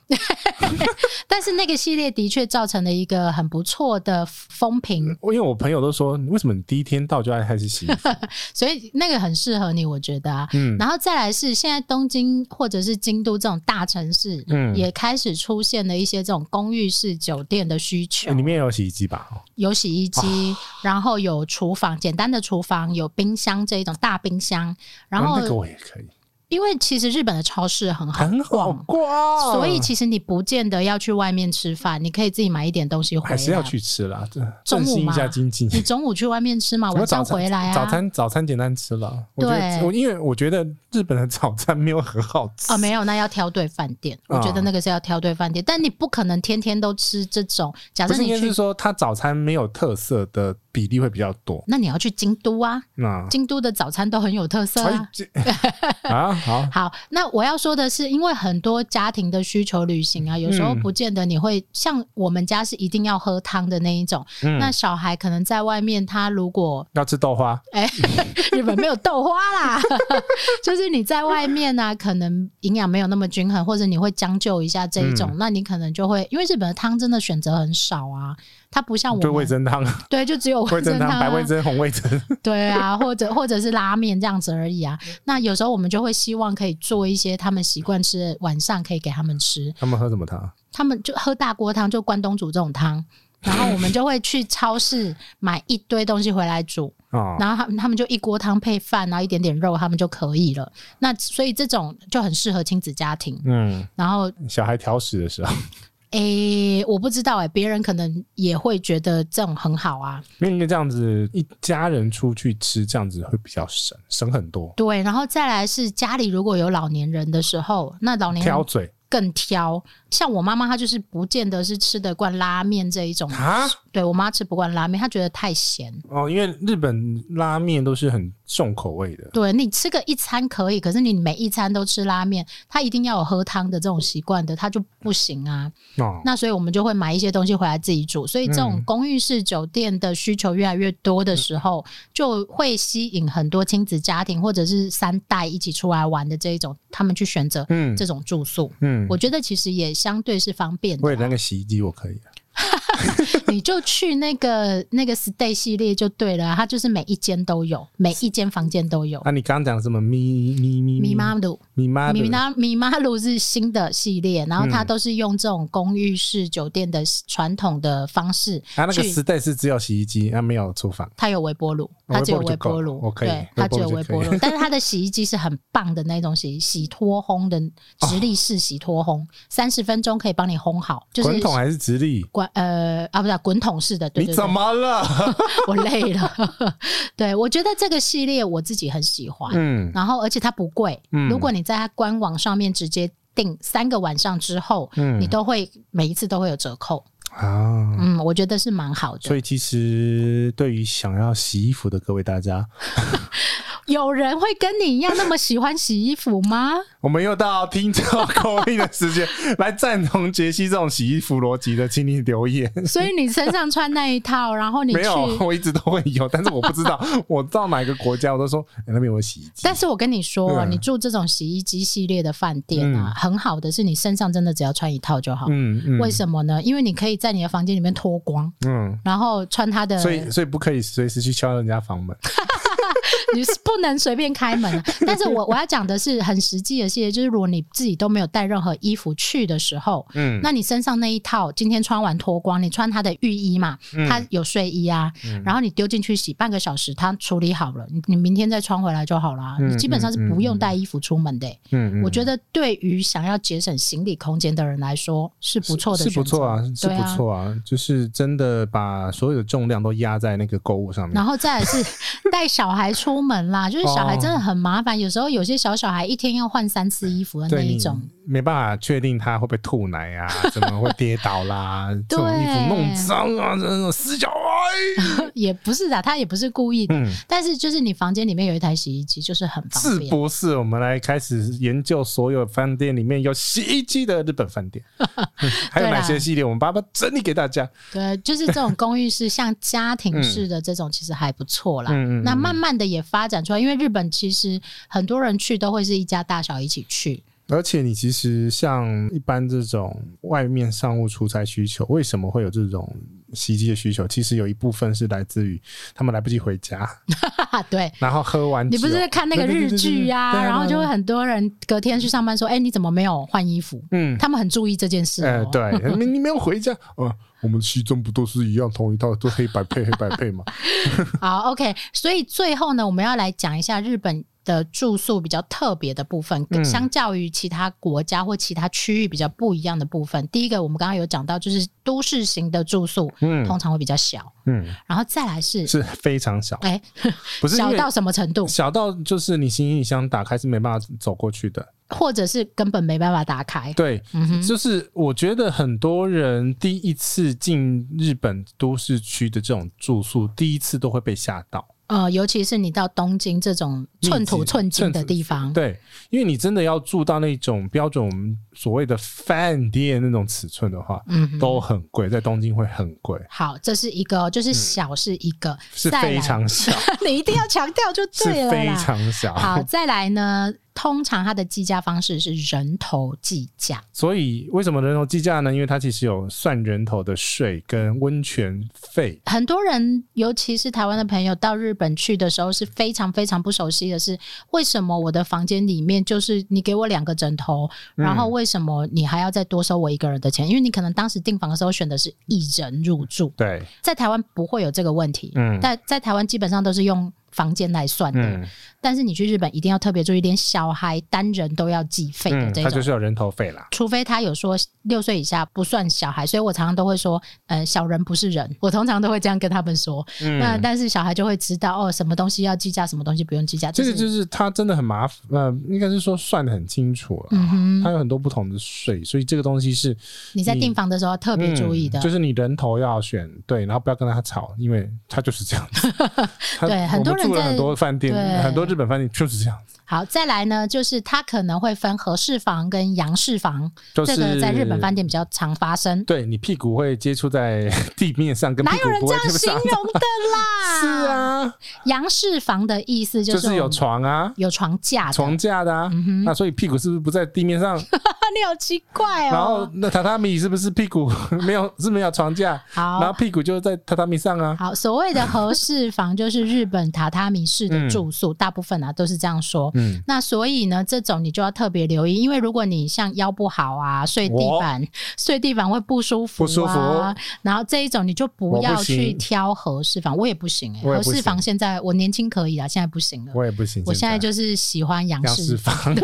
S2: 但是那个系列的确造成了一个很不错的风评，
S1: 因为我朋友都说，你为什么你第一天到就要开始
S2: (laughs)
S1: 洗衣服？
S2: 所以那个很适合你，我觉得啊。
S1: 嗯
S2: 然后再来是现在东京或者是京都这种大城市，
S1: 嗯
S2: 也开始出现了一些这种公寓式酒店的需求，
S1: 哎里面有洗衣机吧？哦
S2: 有洗衣
S1: 啊
S2: 机，然后有厨房，简单的厨房，有冰箱这一种大冰箱，然
S1: 啊
S2: 后
S1: 那个我也可以，
S2: 因为其实日本的超市很好
S1: 很好
S2: 逛，
S1: 逛，
S2: 所以其实你不见得要去外面吃饭，你可以自己买一点东西回来。
S1: 还是要去吃啦，这
S2: 中
S1: 振
S2: 午
S1: 兴一
S2: 嘛
S1: 下经济。
S2: 你中午去外面吃嘛，
S1: 我
S2: 晚
S1: 早
S2: 上
S1: 餐
S2: 回来啊。
S1: 早餐早餐简单吃了，我觉得
S2: 对
S1: 我因为我觉得日本的早餐没有很好吃
S2: 啊、没有，那要挑对饭店。
S1: 啊
S2: 我觉得那个是要挑对饭店，但你不可能天天都吃这种。假
S1: 不
S2: 设
S1: 是
S2: 你
S1: 应该
S2: 去
S1: 是，说它早餐没有特色的比例会比较多。
S2: 那你要去京都啊，
S1: 那
S2: 京都的早餐都很有特色
S1: 所以
S2: 啊。
S1: 这 (laughs) 啊好，
S2: 好，那我要说的是，因为很多家庭的需求旅行啊，有时候
S1: 嗯
S2: 不见得你会、像我们家是一定要喝汤的那一种。
S1: 嗯
S2: 那小孩可能在外面，他如果
S1: 要吃豆花，
S2: 哎、日本没有豆花啦， (laughs) 就是你在外面呢、啊，可能营养没有那么均衡，或者你会将就一下这一种，
S1: 嗯
S2: 那你可能就会因为日本的汤真的选择很少啊，它不像我
S1: 就
S2: 们
S1: 味噌
S2: (laughs)
S1: 汤、
S2: 对，就只有
S1: 味噌汤、
S2: 啊
S1: 白味噌、红味
S2: (laughs)
S1: 噌，
S2: 对啊，或者或者是拉面这样子而已啊。那有时候我们就会希望可以做一些他们习惯吃的，晚上可以给他们吃，
S1: 他们喝什么汤？
S2: 他们就喝大锅汤，就关东煮这种汤。然后我们就会去超市买一堆东西回来煮，
S1: 啊，
S2: 然后他们他们就一锅汤配饭，然后一点点肉，他们就可以了。那所以这种就很适合亲子家庭。
S1: 嗯，
S2: 然后，
S1: 小孩挑食的时候， (laughs)
S2: 诶、我不知道诶、别人可能也会觉得这种很好啊。
S1: 因为这样子一家人出去吃，这样子会比较省，省很多。
S2: 对，然后再来是家里如果有老年人的时候，那老年
S1: 挑
S2: 人
S1: 嘴
S2: 更挑。像我妈妈，她就是不见得是吃得惯拉面这一种。
S1: 啊，
S2: 对我妈吃不惯拉面，她觉得太咸。
S1: 哦，因为日本拉面都是很重口味的，
S2: 对你吃个一餐可以，可是你每一餐都吃拉面，她一定要有喝汤的这种习惯的，她就不行啊。
S1: 哦，
S2: 那所以我们就会买一些东西回来自己煮。所以这种
S1: 嗯
S2: 公寓式酒店的需求越来越多的时候，就会吸引很多亲子家庭或者是三代一起出来玩的这一种，他们去选择
S1: 嗯
S2: 这种住宿。
S1: 嗯，
S2: 我觉得其实也相对是方便
S1: 为
S2: 的
S1: 了
S2: 啦，
S1: 那个洗衣机我可以，
S2: 你就去那个那个 stay 系列就对了啊，它就是每一间都有，每一间房间都有。
S1: 啊，你刚刚讲什么咪咪咪
S2: 米妈鲁，
S1: 咪妈
S2: 米
S1: 的
S2: 妈米妈鲁是新的系列，然后它
S1: 嗯
S2: 都是用这种公寓式酒店的传统的方式
S1: 啊，那个
S2: 去
S1: 时代是只有洗衣机，啊，没有厨房。
S2: 它有微波炉，
S1: 哦
S2: 它只有
S1: 微
S2: 微
S1: 波
S2: 波
S1: 炉就够了
S2: 炉，
S1: 我可以
S2: 对，它只有微波
S1: 微波 (laughs) 炉就
S2: 炉，但是它的洗衣机是很棒的那种洗洗脱烘的直立式洗脱烘，三十、分钟可以帮你烘好，就是
S1: 滚筒还是直立？
S2: 滚呃啊不是啊滚筒式的，对
S1: 你
S2: 对
S1: 怎
S2: 对，
S1: 么了？
S2: (laughs) 我累了， (laughs) 对我觉得这个系列我自己很喜欢，
S1: (laughs) 嗯
S2: 然后而且它不贵，
S1: 嗯
S2: 如果你在它官网上面直接订三个晚上之后，
S1: 嗯
S2: 你都会每一次都会有折扣，
S1: 啊，
S2: 嗯，我觉得是蛮好的
S1: 所。以其实对于想要洗衣服的各位大家，
S2: 有人会跟你一样那么喜欢洗衣服吗？
S1: 我们又到听众 (laughs) 口音的时间，来赞同杰西这种洗衣服逻辑的，请你留言。
S2: 所以你身上穿那一套，然后你去
S1: 没。有， (laughs) 我一直都会有，但是我不知
S2: (laughs)
S1: 道，我到哪个国家我都说、哎那边有没有洗衣机。
S2: 但是我跟你说、
S1: 对啊
S2: 你住这种洗衣机系列的饭店啊，很好的是你身上真的只要穿一套就好。
S1: 嗯嗯，
S2: 为什么呢？因为你可以在你的房间里面脱光，
S1: 嗯，
S2: 然后穿它的，
S1: 所以所以不可以随时去敲人家房门。
S2: (laughs) 你是不能随便开门、啊。但是我我要讲的是很实际的系列，就是如果你自己都没有带任何衣服去的时候，
S1: 嗯，
S2: 那你身上那一套今天穿完脱光，你穿它的浴衣嘛，
S1: 嗯
S2: 它有睡衣啊，然后你丢进去洗半个小时，它处理好了，你你明天再穿回来就好啦。
S1: 嗯
S2: 你基本上是不用带衣服出门的欸、
S1: 嗯
S2: 我觉得对于想要节省行李空间的人来说是不错的
S1: 是
S2: 选择，
S1: 不错啊，是
S2: 对
S1: 不
S2: 啊。
S1: 错啊，就是真的把所有的重量都压在那个购物上面
S2: 然。后再来是带小孩出门啦， (laughs) 就是小孩真的很麻烦，有时候有些小小孩一天要换三次衣服的那
S1: 对
S2: 一
S1: 你
S2: 种，
S1: 没办法确定他会不会吐奶啊，怎么会跌倒啦，这种
S2: 对
S1: 衣服弄脏啊，这种死小孩，
S2: (laughs) 也不是的，他也不是故意的，
S1: 嗯，
S2: 但是就是你房间里面有一台洗衣机，就是很方
S1: 是
S2: 便。
S1: 不是？我们来开始研究所有饭店里面有洗衣机的日本饭店，还有哪些系列，我们把它整理给大家。
S2: 对，就是这种公寓式，
S1: (laughs)
S2: 像家庭式的这种，其实还不错啦。
S1: 嗯嗯嗯嗯
S2: 那慢慢的也发展出来，因为日本其实很多人去都会是一家大小一起去。 (laughs)
S1: 而且你其实像一般这种外面商务出差需求，为什么会有这种洗衣机的需求？其实有一部分是来自于他们来不及回家，
S2: 哈哈，对。
S1: 然后喝完酒
S2: 你不是看那个日剧呀、
S1: 哦对对对对对对对
S2: 然后就会很多人隔天去上班说：“哎、你怎么没有换衣服？”
S1: 嗯，
S2: 他们很注意这件事、
S1: 哎、
S2: 哦。
S1: 对，你你没有回家 (laughs) 啊？我们西装不都是一样，同一套
S2: (laughs)
S1: 都黑白配黑白配嘛？
S2: 好，OK。所以最后呢，我们要来讲一下日本的住宿比较特别的部分，跟
S1: 嗯
S2: 相较于其他国家或其他区域比较不一样的部分，第一个我们刚刚有讲到，就是都市型的住宿
S1: 嗯
S2: 通常会比较小，
S1: 嗯，
S2: 然后再来是
S1: 是非常小，
S2: 哎、
S1: 不是因
S2: 小
S1: 为
S2: 到什么程度，
S1: 小到就是你行李箱打开是没办法走过去的，
S2: 或者是根本没办法打开。
S1: 对，
S2: 嗯哼，
S1: 就是我觉得很多人第一次进日本都市区的这种住宿，第一次都会被吓到。
S2: 呃，尤其是你到东京这种寸土寸金的地方，
S1: 对，因为你真的要住到那种标准我们所谓的饭店那种尺寸的话，
S2: 嗯哼，
S1: 都很贵，在东京会很贵，
S2: 好，这是一个哦，就是小是一个，
S1: 嗯是
S2: 再
S1: 非
S2: 来，
S1: 常小，
S2: (laughs) 你一定要强调就是对了
S1: 非
S2: 啦。
S1: 常小。
S2: 好，再来呢，通常它的计价方式是人头计价，
S1: (laughs) 所以为什么人头计价呢？因为它其实有算人头的税跟温泉费。
S2: 很多人，尤其是台湾的朋友到日本去的时候，是非常非常不熟悉的是，为什么我的房间里面就是你给我两个枕头，
S1: 嗯
S2: 然后为什么你还要再多收我一个人的钱？因为你可能当时订房的时候选的是一人入住，
S1: 对，
S2: 在台湾不会有这个问题，
S1: 嗯
S2: 但在台湾基本上都是用房间来算的，
S1: 嗯
S2: 但是你去日本一定要特别注意，连小孩单人都要计费的
S1: 嗯，
S2: 这
S1: 它
S2: 种。
S1: 就是有人头费啦。
S2: 除非他有说六岁以下不算小孩，所以我常常都会说，呃，小人不是人，我通常都会这样跟他们说。那
S1: 嗯，
S2: 但是小孩就会知道哦，什么东西要计价，什么东西不用计价。
S1: 这个
S2: 是
S1: 就是它真的很麻烦，呃，应该是说算的很清楚了。
S2: 嗯哼，
S1: 它有很多不同的税，所以这个东西是
S2: 你在订房的时候要特别注意的
S1: 嗯，。就是你人头要选对，然后不要跟他吵，因为他就是这样子。他
S2: (laughs) 对很多人
S1: 我们住了
S2: 在
S1: 很多饭店
S2: 对，
S1: 很多日本饭店就是这样子，
S2: 好，再来呢，就是它可能会分合适房跟洋式房，
S1: 就是
S2: 这个在日本饭店比较常发生。
S1: 对你屁股会接触在 (laughs) 地面上，跟
S2: 哪
S1: 屁
S2: 有人
S1: 股不
S2: 这
S1: 会
S2: 样
S1: 接触
S2: 形
S1: 上。
S2: 容的啦？
S1: 是，啊，
S2: (laughs) 洋式房的意思
S1: 就
S2: 就是是
S1: 有
S2: 我们
S1: 床啊，
S2: 有床架的，
S1: 床架的
S2: 嗯
S1: 啊，那所以屁股是不是不在地面上？
S2: 你好奇怪
S1: 然后
S2: 哦。
S1: 那榻榻米是不是屁股 (laughs) 没有是没有床架？然后
S2: 好
S1: 屁股就在榻榻米上啊。
S2: 好，所谓的合适房就是日本榻榻米式的住宿，大部分啊都是这样说。
S1: 嗯，
S2: 那所以呢，这种你就要特别留意，因为如果你像腰不好啊，睡地板、睡地板会不舒服、啊，
S1: 不舒服
S2: 然后这一种你就不
S1: 我
S2: 要
S1: 不行
S2: 去挑合适房，我也不行哎、
S1: 我也不
S2: 合
S1: 行
S2: 适房现在我年轻可以啦，现在不行了。
S1: 我也不行，
S2: 我现在就是喜欢洋
S1: 样
S2: 式
S1: 示
S2: 房， (laughs)
S1: 范。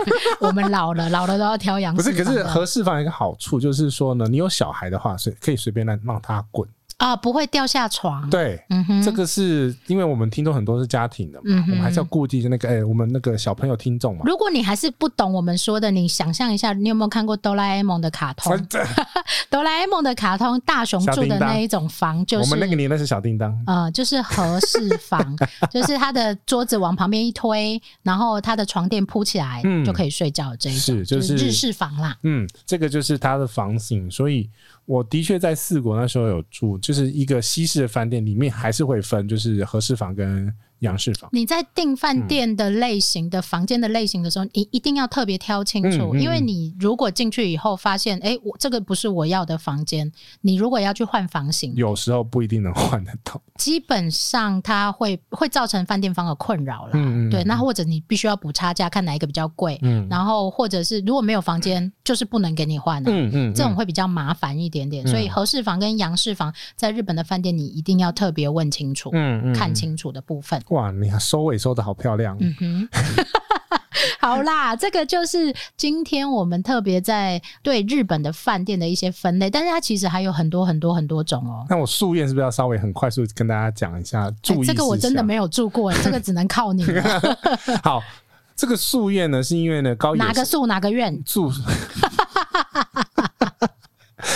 S2: 我们老了，老了都要挑
S1: (laughs)
S2: 洋
S1: 不
S2: 式
S1: 是，
S2: 房的。
S1: 可是合适房有一个好处就是说呢，你有小孩的话，随可以随便让让他滚。
S2: 啊，不会掉下床。，
S1: 对，
S2: 嗯哼，
S1: 这个是因为我们听众很多是家庭的嘛，
S2: 嗯哼
S1: 我们还是要顾及那个哎、我们那个小朋友听众嘛。
S2: 如果你还是不懂我们说的，你想象一下，你有没有看过哆啦 A 梦的卡通？哆啦 A 梦的卡通，大雄
S1: 小
S2: 住
S1: 叮
S2: 的
S1: 当
S2: 那一种房
S1: (laughs)
S2: 就
S1: 我
S2: 是
S1: 们那个年代是小叮当，
S2: 呃，就是合适
S1: (laughs)
S2: 房，就是他的桌子往旁边一推，然后他的床垫铺起来、
S1: 嗯
S2: 就可以睡觉的这一种，
S1: 是就
S2: 日
S1: 是
S2: 式房啦。
S1: 嗯，这个就是它的房型，所以我的确在四国那时候有住，就是一个西式的饭店，里面还是会分，就是合适房跟洋式房。
S2: 你在订饭店的类型的、房间的类型的时候，你一定要特别挑清楚，
S1: 嗯嗯
S2: 因为你如果进去以后发现，哎、我这个不是我要的房间，你如果要去换房型，
S1: 有时候不一定能换得到，
S2: 基本上它会会造成饭店方的困扰啦。
S1: 嗯嗯
S2: 对，
S1: 嗯
S2: 那或者你必须要补差价，看哪一个比较贵，
S1: 嗯
S2: 然后或者是如果没有房间，就是不能给你换啊。
S1: 嗯嗯，
S2: 这种会比较麻烦一点点，所以合适房跟洋式房在日本的饭店，你一定要特别问清楚、
S1: 嗯嗯
S2: 看清楚的部分。
S1: 哇，你看收尾收的好漂亮，
S2: 嗯哼，好啦，这个就是今天我们特别在对日本的饭店的一些分类，但是它其实还有很多很多很多种哦。
S1: 那我宿宴是不是要稍微很快速跟大家讲一下？注意、
S2: 哎这个我真的。没有住过，哎这个只能靠
S1: (laughs)
S2: 你了。
S1: 好，这个宿宴呢，是因为呢高野
S2: 哪个宿哪个院？
S1: 住， (laughs)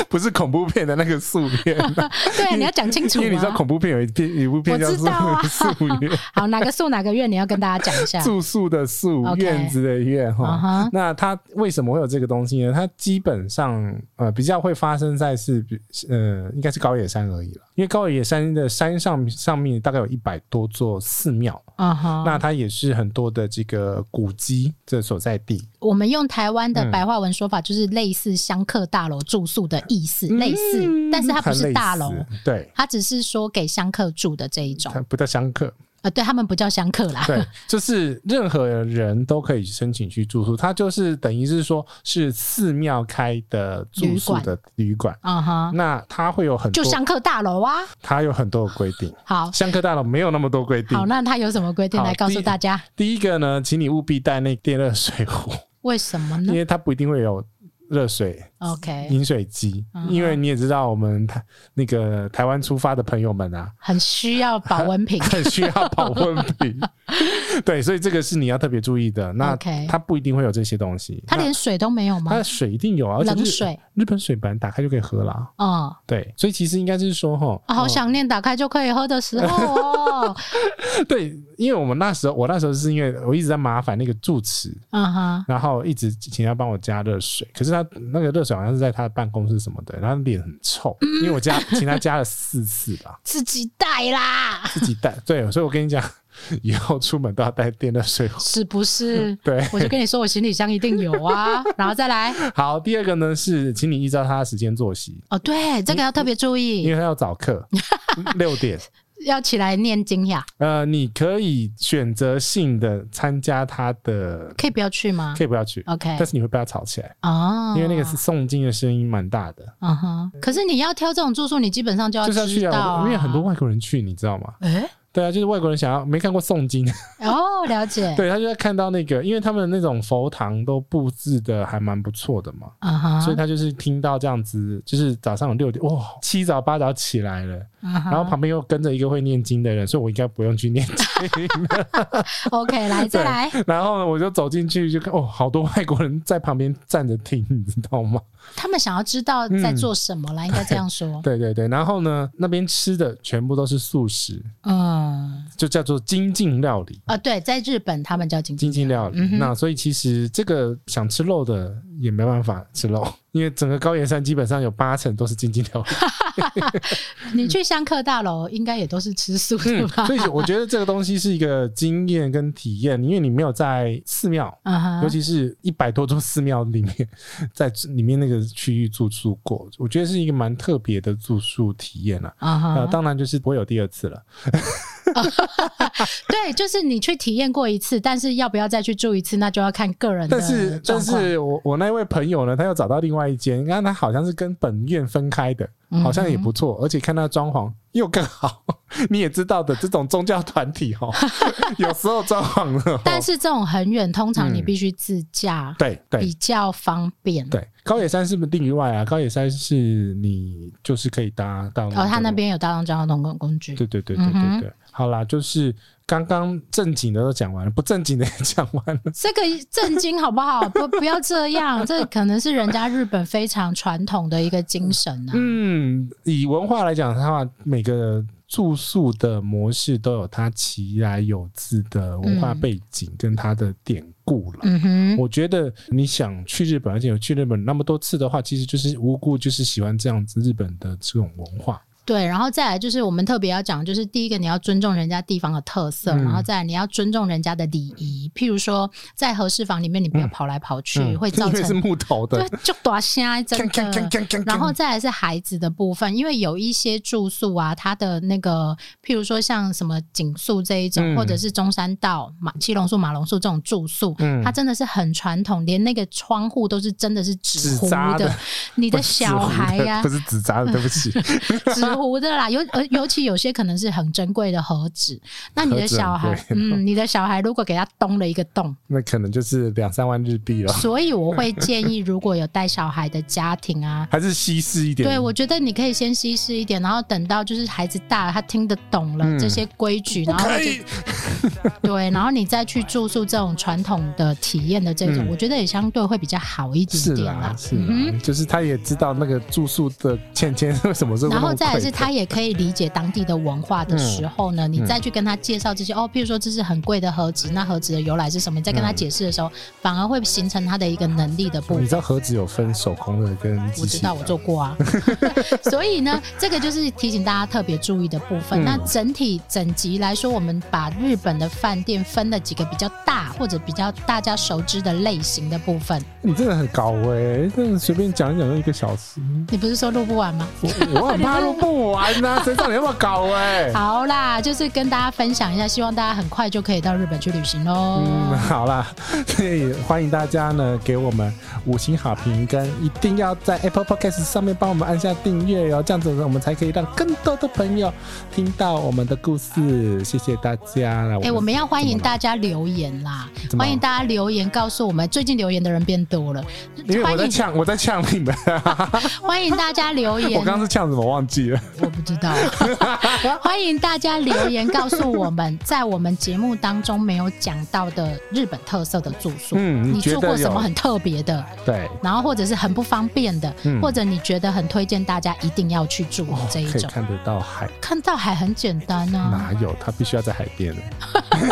S1: 不是恐怖片的那个宿宴，
S2: 对，你要讲清楚
S1: 因为你知道
S2: 啊。
S1: 恐怖片有一片有一部片叫
S2: 我知
S1: 做
S2: 道啊
S1: 宿宴。
S2: 好，哪个宿哪个院，你要跟大家讲
S1: (laughs)
S2: 一下。
S1: 住宿的宿
S2: OK
S1: 院子的
S2: (laughs)
S1: 院
S2: 啊
S1: 哈
S2: 哈
S1: 那它为什么会有这个东西呢？它基本上呃比较会发生在是比呃应该是高野山而已了，因为高野山的山上上面大概有一百多座寺庙，
S2: 嗯哼，
S1: 那它也是很多的这个古迹这所在地，
S2: 我们用台湾
S1: 嗯
S2: 的白话文说法，就是类似香客大楼住宿的意思，类嗯似，但是它不
S1: 嗯很类
S2: 是
S1: 似
S2: 大楼，，
S1: 对，
S2: 它只是说给香客住的这一种
S1: 它。不叫香客，
S2: 呃，对他们不叫香客 (laughs) 啦，
S1: 对，就是任何人都可以申请去住宿，它就是等于是说是寺庙开的住宿的旅馆。
S2: 嗯哼，
S1: 那它会有很多
S2: 就，香客大楼啊。
S1: 它有很多的规定。
S2: 好，
S1: 香客大楼没有那么多规定
S2: 好，。那他有什么规定
S1: 嗯好
S2: 来告
S1: 第
S2: 诉
S1: 一
S2: 大家？
S1: 第一个呢，请你务必带那电热水壶，
S2: 为什么
S1: 因
S2: 呢
S1: 为它不一定会有热水
S2: ？OK，
S1: 饮水机
S2: 哎嗯，哼
S1: 因为你也知道我们台那个台湾出发的朋友们
S2: (laughs)
S1: 啊，。
S2: 很需要保温瓶
S1: 很需要保温瓶。对，所以这个是你要特别注意的。那
S2: OK
S1: 它不一定会有这些东西，
S2: 他
S1: 那
S2: 连水都没有吗
S1: 它？的水一定有啊，而且
S2: 冷
S1: 日
S2: 水
S1: 日本水本来打开就可以喝啦。
S2: 嗯，
S1: 对，所以其实应该是说哈，
S2: 啊好
S1: 嗯
S2: 想念打开就可以喝的时候哦。
S1: (laughs) 对，因为我们那时候，我那时候是因为我一直在麻烦那个住持，
S2: 嗯哼，，
S1: 然后一直请他帮我加热水，可是他那个热水好像是在他的办公室什么的，然后脸很臭，因为我加请他加了四次吧
S2: (laughs) 自己带啦，
S1: 自己带。对，所以我跟你讲，以后出门都要带电热水壶。 (laughs)
S2: 是不是？
S1: 嗯对，
S2: 我就跟你说，我行李箱一定有
S1: (laughs)
S2: 啊，然后再来
S1: 好，第二个呢是，请你依照他的时间作息，
S2: 哦，对，这个要特别注
S1: 嗯因
S2: 意，
S1: 为他要早课，六点。
S2: 要起来念经呀，
S1: 呃，你可以选择性的参加他的，
S2: 可以不要去吗
S1: 可以不要去，
S2: 啊？OK，
S1: 但是你会被他吵起来，
S2: 哦，
S1: 因为那个是，诵经的声音蛮大的，
S2: 嗯哼，可是你要挑这种住宿，你基本上就要
S1: 就是要去
S2: 知道
S1: 啊，
S2: 啊，
S1: 因为很多，外国人去，你知道吗？
S2: 哎，
S1: 对啊，就是外国人想要没看过诵经，
S2: 哦，了解，
S1: 对他就在看到那个，因为他们那种佛堂都布置的还蛮不错的嘛，
S2: 嗯哼，
S1: 所以他就是听到这样子，就是早上有六点，哇，七早八早起来了，
S2: 嗯哼，
S1: 然后旁边又跟着一个会念经的人，所以我应该不用去念经。 (laughs)
S2: OK，来再来，
S1: 然后呢，我就走进去就看，哦，好多外国人在旁边站着听，你知道吗？
S2: 他们想要知道在做什么啦，应该这样说，
S1: 嗯对对对，然后呢，那边吃的全部都是素食，
S2: 嗯，
S1: 就叫做精进料理。
S2: 啊，对，在日本他们叫经济
S1: 精进料理，
S2: 嗯哼
S1: 那所以其实这个想吃肉的也没办法吃肉， (laughs) 因为整个高原山基本上有八成都是精进
S2: (laughs)
S1: 料理，
S2: 你去香客大楼应该也都是吃素的吧？
S1: 所以我觉得这个东西是一个经验跟体验，因为你没有在寺庙，
S2: 嗯哼，
S1: 尤其是一百多座寺庙里面， (laughs) 在里面那个区域住宿过，我觉得是一个蛮特别的住宿体验啦、
S2: 啊
S1: 啊。
S2: 哈
S1: 呃，，当然就是不会有第二次了。
S2: 对，就是你去体验过一次，但是要不要再去住一次，那就要看个人的
S1: 但是，但
S2: 状况
S1: 是我我那位朋友呢，他又找到另外一间，你看他好像是跟本院分开的，
S2: 嗯哼
S1: 好像也不错，而且看他装潢又更好。 (laughs) 你也知道的，这种宗教团体
S2: (laughs)
S1: 哦，有时候装潢了哦，
S2: 但是这种很远，通常你
S1: 嗯
S2: 必须自驾，
S1: 对对
S2: 比较方便。
S1: 对，高野山是不是另外啊？高野山是你就是可以搭到，
S2: 然后哦他那，边有大众交通工具，
S1: 对对对对
S2: 嗯
S1: 对
S2: 哼
S1: 对，好啦，就是刚刚正经的都讲完了，不正经的也讲完了。
S2: 这个震惊好不好？不不要这样，这可能是人家日本非常传统的一个精神啊。
S1: 嗯，以文化来讲的话，每个住宿的模式都有它其来有自的文化
S2: 嗯
S1: 背景跟它的典故了。
S2: 嗯哼，
S1: 我觉得你想去日本，而且有去日本那么多次的话，其实就是无故就是喜欢这样子日本的这种文化。
S2: 对，然后再来就是我们特别要讲，就是第一个你要尊重人家地方的特色，
S1: 嗯
S2: 然后再来你要尊重人家的礼仪，譬如说在合适房里面你不要跑来跑去，
S1: 嗯
S2: 会造
S1: 因为是
S2: 成
S1: 木头的
S2: 对，就大虾真
S1: 锵锵锵
S2: 的。
S1: 锵锵锵
S2: 然后再来是孩子的部分，因为有一些住宿啊，它的那个，譬如说像什么景宿这一种，
S1: 嗯
S2: 或者是中山道、马七龙树、马龙树这种住宿，
S1: 嗯
S2: 它真的是很传统，连那个窗户都是真的是纸
S1: 纸
S2: 糊
S1: 扎的，
S2: (laughs) 你
S1: 不
S2: 的
S1: 是纸
S2: 小
S1: 糊
S2: 孩
S1: 的
S2: 呀、
S1: 不是纸扎的，对不起。
S2: 纸糊的啦，尤呃尤其有些可能是很珍贵的盒子，那你的
S1: 盒子很
S2: 小孩，
S1: 贵
S2: 嗯，你的小孩如果给他咚了一个
S1: (laughs)
S2: 洞，
S1: 那可能就是两三万日币了，
S2: 所以我会建议，如果有带小孩的家庭啊，
S1: 还是西式一点。
S2: 对，我觉得你可以先稀释一点，然后等到就是孩子大了，他听得懂了、
S1: 嗯
S2: 这些规矩，然后或
S1: 可
S2: 者
S1: 以。
S2: 对，然后你再去住宿这种传统的体验的这种，
S1: 嗯
S2: 我觉得也相对会比较好一点
S1: 是
S2: 点
S1: 啦，是啦，
S2: 嗯
S1: 就是他也知道那个住宿的芊芊为什么是
S2: 哼，
S1: 那么
S2: 然后
S1: 贵的
S2: 再来是他也可以理解当地的文化的时候
S1: 嗯
S2: 呢，你再去跟他介绍这些哦，譬如说这是很贵的盒子，那盒子的由来是什么，你再
S1: 嗯
S2: 跟他解释的时候，反而会形成他的一个能力的部
S1: 你
S2: 分
S1: 知。道盒子有分手工的跟机
S2: 我知
S1: 器
S2: 道，
S1: 的，
S2: 我做过
S1: (laughs)
S2: 啊。所以呢，这个就是提醒大家特别注意的部分。
S1: 嗯
S2: 那整体整集来说，我们把日本的饭店分了几个比较大或者比较大家熟知的类型的部分。
S1: 你真的欸很高哎、真的随便讲一讲就一个小时，
S2: 你不是说录不完吗？
S1: 我我很怕录不我玩呐、谁知道你那么搞哎、
S2: (laughs) 好啦，就是跟大家分享一下，希望大家很快就可以到日本去旅行喽。
S1: 嗯，好啦，所以欢迎大家呢给我们五星好评，跟一定要在 Apple Podcast 上面帮我们按下订阅哦，这样子呢我们才可以让更多的朋友听到我们的故事。谢谢大家啦！
S2: 哎、我们要欢迎大家留言啦
S1: 怎！么了
S2: 欢迎大家留言告诉我们，最近留言的人变多了，
S1: 因为我
S2: 欢
S1: 在
S2: 迎
S1: 呛，我在呛你们，
S2: 欢迎大家留言。
S1: (laughs) 我刚刚是呛什么忘记了？
S2: 我不知道， (laughs) 欢迎大家留言告诉我们，在我们节目当中没有讲到的日本特色的住宿，
S1: 嗯
S2: 你
S1: 你觉
S2: 住
S1: 得
S2: 过什
S1: 有
S2: 么很特别的，
S1: 对，
S2: 然后或者是很不方便的，
S1: 嗯哦
S2: 或者你觉得很推荐大家一定要去住的这一
S1: 可以
S2: 种。
S1: 看得到海，
S2: 看到海很简单啊，
S1: 哪有？他必须要在海边的，
S2: 嗯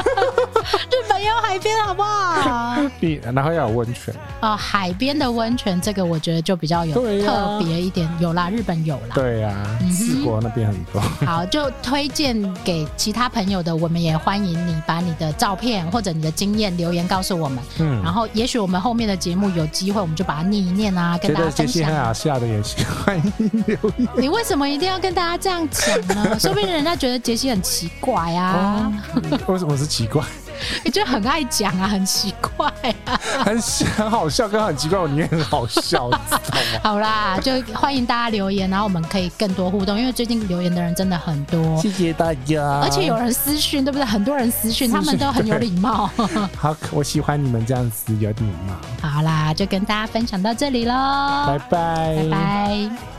S2: 日本也有海边，好不好？
S1: 必然后要有温泉，
S2: 哦，海边的温泉这个我觉得就比较有
S1: 对啊呀
S2: 特别一点，有啦，日本有啦。
S1: 对呀、啊，
S2: 嗯哼
S1: 四国那边很多。
S2: 好，就推荐给其他朋友的，我们也欢迎你把你的照片或者你的经验留言告诉我们，
S1: 嗯
S2: 然，后也许我们后面的节目有机会，我们就把它念一念啊，跟
S1: 觉
S2: 大家
S1: 得杰
S2: 分
S1: 西
S2: 享
S1: 很
S2: 啊。
S1: 好笑的也是欢迎留言。
S2: 你为什么一定要跟大家这样讲
S1: (laughs)
S2: 呢？说不定人家觉得杰西很奇怪
S1: 哦
S2: 啊，
S1: 为什么是奇
S2: (laughs)
S1: 怪？
S2: 你就很爱讲啊，很奇怪啊。
S1: 很很好笑跟很奇怪，我宁愿很好
S2: (laughs)
S1: 笑，你知道吗？
S2: 好啦，就欢迎大家留言，然后我们可以更多互动，因为最近留言的人真的很多。
S1: 谢谢大家。
S2: 而且有人私讯，对不对？很多人私讯，
S1: 私讯
S2: 他们都很有礼貌。
S1: 好，我喜欢你们这样
S2: 哦
S1: 子有礼貌。
S2: 好啦，就跟大家分享到这里喽，
S1: 拜拜，
S2: 拜拜